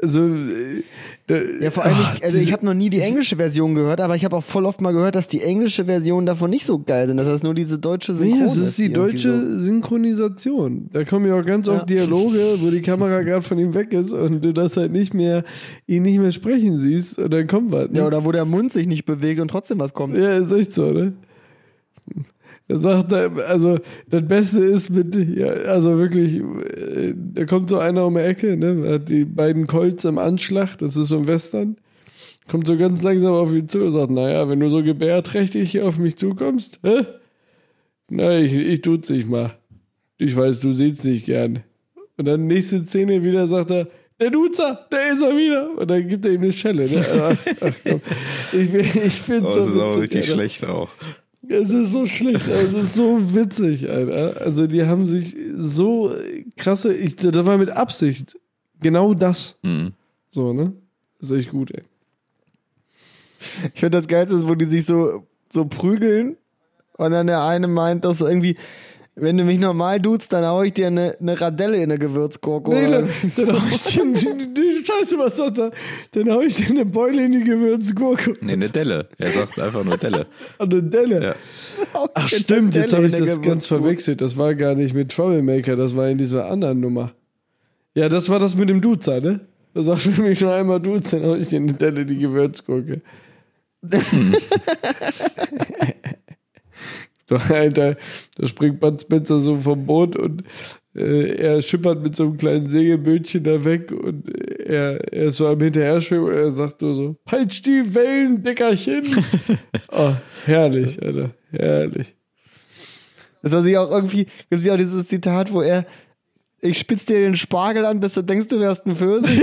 Also, äh, der, Ja, vor allem, Ach, ich, also ich diese- habe noch nie die englische Version gehört, aber ich habe auch voll oft mal gehört, dass die englische Version davon nicht so geil sind, dass das nur diese deutsche Synchron Nee, es ist die irgendwie deutsche So. Synchronisation. Da kommen ja auch ganz Ja. oft Dialoge, wo die Kamera gerade von ihm weg ist und du das halt nicht mehr, ihn nicht mehr sprechen siehst und dann kommt was. Ne? Ja, oder wo der Mund sich nicht bewegt und trotzdem was kommt. Ja, ist echt so, ne? Er sagt, äh, also das Beste ist mit, ja, also wirklich, äh, da kommt so einer um die Ecke, ne, hat die beiden Colts im Anschlag, das ist so ein Western, kommt so ganz langsam auf ihn zu und sagt, naja, wenn du so gebärträchtig hier auf mich zukommst, hä? Na, ich, ich tut's nicht mal. Ich weiß, du siehst nicht gern. Und dann nächste Szene wieder sagt er, der Duzer, der ist er wieder. Und dann gibt er ihm eine Schelle. Ne? Ach, ach, komm. Ich, bin- ich finde Oh, so das ist auch witzig, richtig Alter. schlecht auch. Es ist so schlecht, aber es ist so witzig, Alter. Also die haben sich so krasse, ich, das war mit Absicht genau das. Mhm. So, ne? Das ist echt gut, ey. Ich finde das Geilste ist, wo die sich so, so prügeln und dann der eine meint, dass irgendwie, wenn du mich normal duzt, dann hau ich dir eine, eine Radelle in eine Gewürzgurke. Nee, ne. oder dann, dann hau ich dir, scheiße, was sagt er? Dann hau ich dir eine Beule in die Gewürzgurke Nee, eine Delle. Er sagt einfach nur Delle. und eine Delle. Ja. Ach stimmt, jetzt habe ich in der das ganz Gewürzgurke. verwechselt. Das war gar nicht mit Troublemaker, das war in dieser anderen Nummer. Ja, das war das mit dem Duzer, ne? Da sagt für mich nur einmal Duz, dann hau ich dir eine Delle in die Gewürzgurke. Doch, Alter, da springt Bud Spencer so vom Boot und äh, er schippert mit so einem kleinen Segelbötchen da weg und äh, er, er ist so am Hinterher schwimmen und er sagt nur so, peitsch die Wellen, Dickerchen. oh, herrlich, Alter, herrlich. Das war sie auch irgendwie, gibt es ja auch dieses Zitat, wo er, ich spitz dir den Spargel an, bis du denkst, du wärst ein Pfirsich.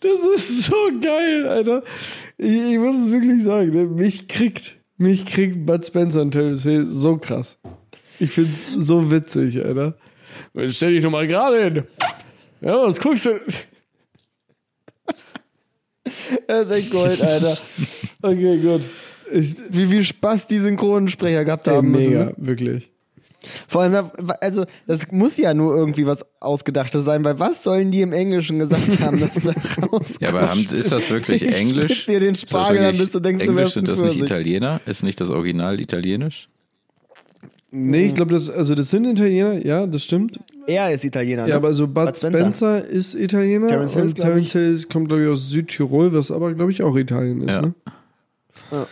Das ist so geil, Alter. Ich, ich muss es wirklich sagen, ne? mich kriegt, mich kriegt Bud Spencer und Terence Hill so krass. Ich find's so witzig, Alter. Jetzt stell dich nochmal gerade hin. Ja, was guckst du? das ist echt Gold, Alter. Okay, gut. Ich, Wie viel Spaß die Synchronsprecher gehabt haben müssen. mega, Ne? wirklich. Vor allem, also, das muss ja nur irgendwie was Ausgedachtes sein, weil was sollen die im Englischen gesagt haben, dass da rauskommt? Ja, aber haben, ist das wirklich Ich Englisch? spitz dir den Ist das Spargel an, wirklich bis du denkst, du Englisch wärst sind ein das nicht Pfirsich. Italiener? Ist nicht das Original Italienisch? Nee, ich glaube, das, also das sind Italiener, ja, das stimmt. Er ist Italiener. ne? Ja, aber so Bud, Bud Spencer. Spencer. ist Italiener Terence Hill und ist, glaub Terence Hill ist- kommt, glaube ich, aus Südtirol, was aber, glaube ich, auch Italien ist, Ja. ne? Ja.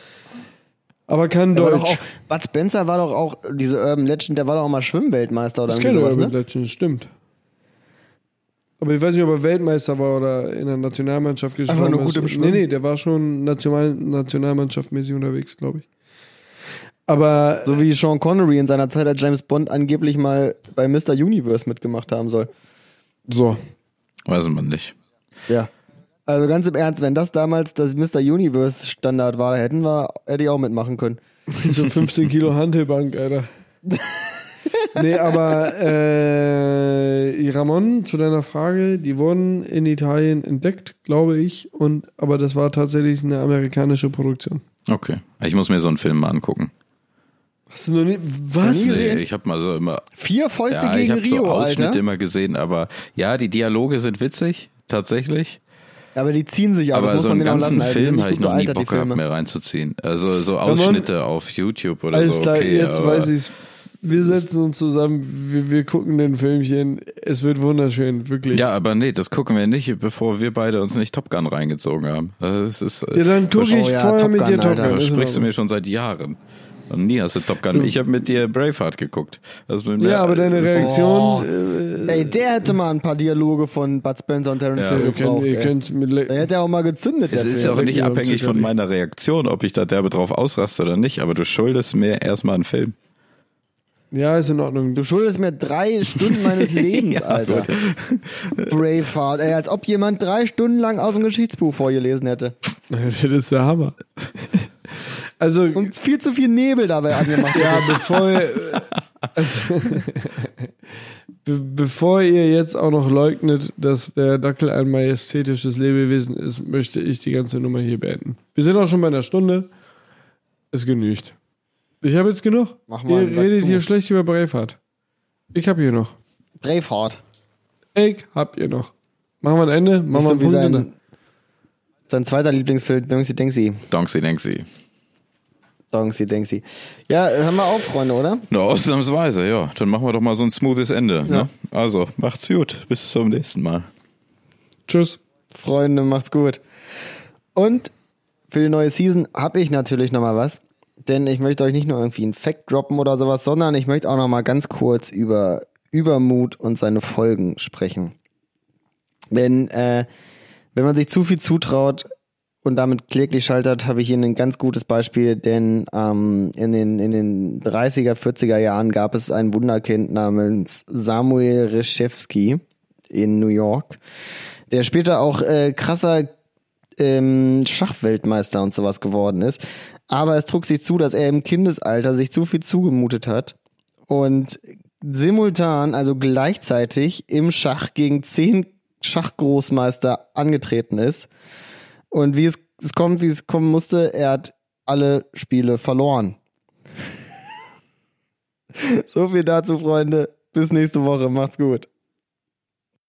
Aber kann Der war Deutsch. doch auch, Bud Spencer war doch auch, diese Urban Legend, der war doch auch mal Schwimmweltmeister oder Das irgendwie kennt sowas, Urban ne? Legend, stimmt. Aber ich weiß nicht, ob er Weltmeister war oder in der Nationalmannschaft gespielt Einfach nur hat. gut im Nee, Schwimmen. nee, der war schon National Nationalmannschaftmäßig unterwegs, glaube ich. Aber So wie Sean Connery in seiner Zeit als James Bond angeblich mal bei Mr. Universe mitgemacht haben soll. so. Weiß man nicht. Ja. Also ganz im Ernst, wenn das damals das Mr. Universe Standard war, hätten wir, hätte ich auch mitmachen können. So 15 Kilo Handelbank, Alter. nee, aber äh, Ramon, zu deiner Frage, die wurden in Italien entdeckt, glaube ich, und aber das war tatsächlich eine amerikanische Produktion. Okay. Ich muss mir so einen Film mal angucken. Hast du noch nie. nie Was? gesehen? Nee, ich habe mal so immer Vier Fäuste ja, ich gegen habe so Rio, Ausschnitte Alter. immer gesehen, aber ja, die Dialoge sind witzig, tatsächlich. Aber die ziehen sich auch, das aber muss so man einen denen auch ganzen lassen. Alter. Die sind Film nicht habe ich gut noch nie gealtert, Bock die Filme. gehabt, mir reinzuziehen. Also so Ausschnitte auf YouTube Also, oder Alles so. klar, okay, jetzt aber weiß ich's. Wir setzen uns zusammen, wir, wir gucken den Filmchen. Es wird wunderschön, wirklich. Ja, aber nee, das gucken wir nicht, bevor wir beide uns nicht Top Gun reingezogen haben. Das ist, äh, Ja, dann gucke Oh ich ja, vorher Top mit Gun, dir Top Alter. Gun. ist in versprichst du Ordnung. mir schon seit Jahren. Und nie hast du Top Gun. Ich habe mit dir Braveheart geguckt. Das ist mit mir- Ja, aber deine das- Oh. Reaktion. Ey, der hätte mal ein paar Dialoge von Bud Spencer und Terence Ja, Hill ihr Ihr gebraucht. könnt, äh, ihr ey. könnt mit Der Le hätte auch mal gezündet. Es der ist ja Film. auch nicht Film abhängig von sicherlich. meiner Reaktion, ob ich da derbe drauf ausraste oder nicht, aber du schuldest mir erstmal einen Film. ja, ist in Ordnung. Du Du schuldest mir drei Stunden meines Lebens, Alter. Braveheart, ey, als ob jemand drei Stunden lang aus dem Geschichtsbuch vorgelesen hätte. das ist der Hammer. Also, Und viel zu viel Nebel dabei angemacht ja, hätte. bevor ihr, also, be bevor ihr jetzt auch noch leugnet, dass der Dackel ein majestätisches Lebewesen ist, möchte ich die ganze Nummer hier beenden. Wir sind auch schon bei einer Stunde. Es genügt. Ich habe jetzt genug. Mach mal einen ihr Sack redet zu. hier schlecht über Braveheart. Ich habe hier noch. Braveheart. Ich hab hier noch. Machen wir ein Ende? Machen Nicht wir ne? so wie ein Ende. sein, sein zweiter Lieblingsfilm, Dunksy Denksy. Donksy Denksy. Dunksy Denksy. Ja, äh, hören wir auf, Freunde, oder? Na, ausnahmsweise, ja. Dann machen wir doch mal so ein smoothes Ende. Ne? Also, macht's gut. Bis zum nächsten Mal. Tschüss. Freunde, macht's gut. Und für die neue Season habe ich natürlich nochmal was. Denn ich möchte euch nicht nur irgendwie einen Fact droppen oder sowas, sondern ich möchte auch nochmal ganz kurz über Übermut und seine Folgen sprechen. Denn äh, wenn man sich zu viel zutraut und damit kläglich scheitert, habe ich hier ein ganz gutes Beispiel, denn ähm, in, den, in den 30er, 40er Jahren gab es ein Wunderkind namens Samuel Reschewski in New York, der später auch äh, krasser ähm, Schachweltmeister und sowas geworden ist. Aber es trug sich zu, dass er im Kindesalter sich zu viel zugemutet hat und simultan, also gleichzeitig im Schach gegen zehn Schachgroßmeister angetreten ist. Und wie es, es kommt, wie es kommen musste, er hat alle Spiele verloren. so viel dazu, Freunde. Bis nächste Woche. Macht's gut.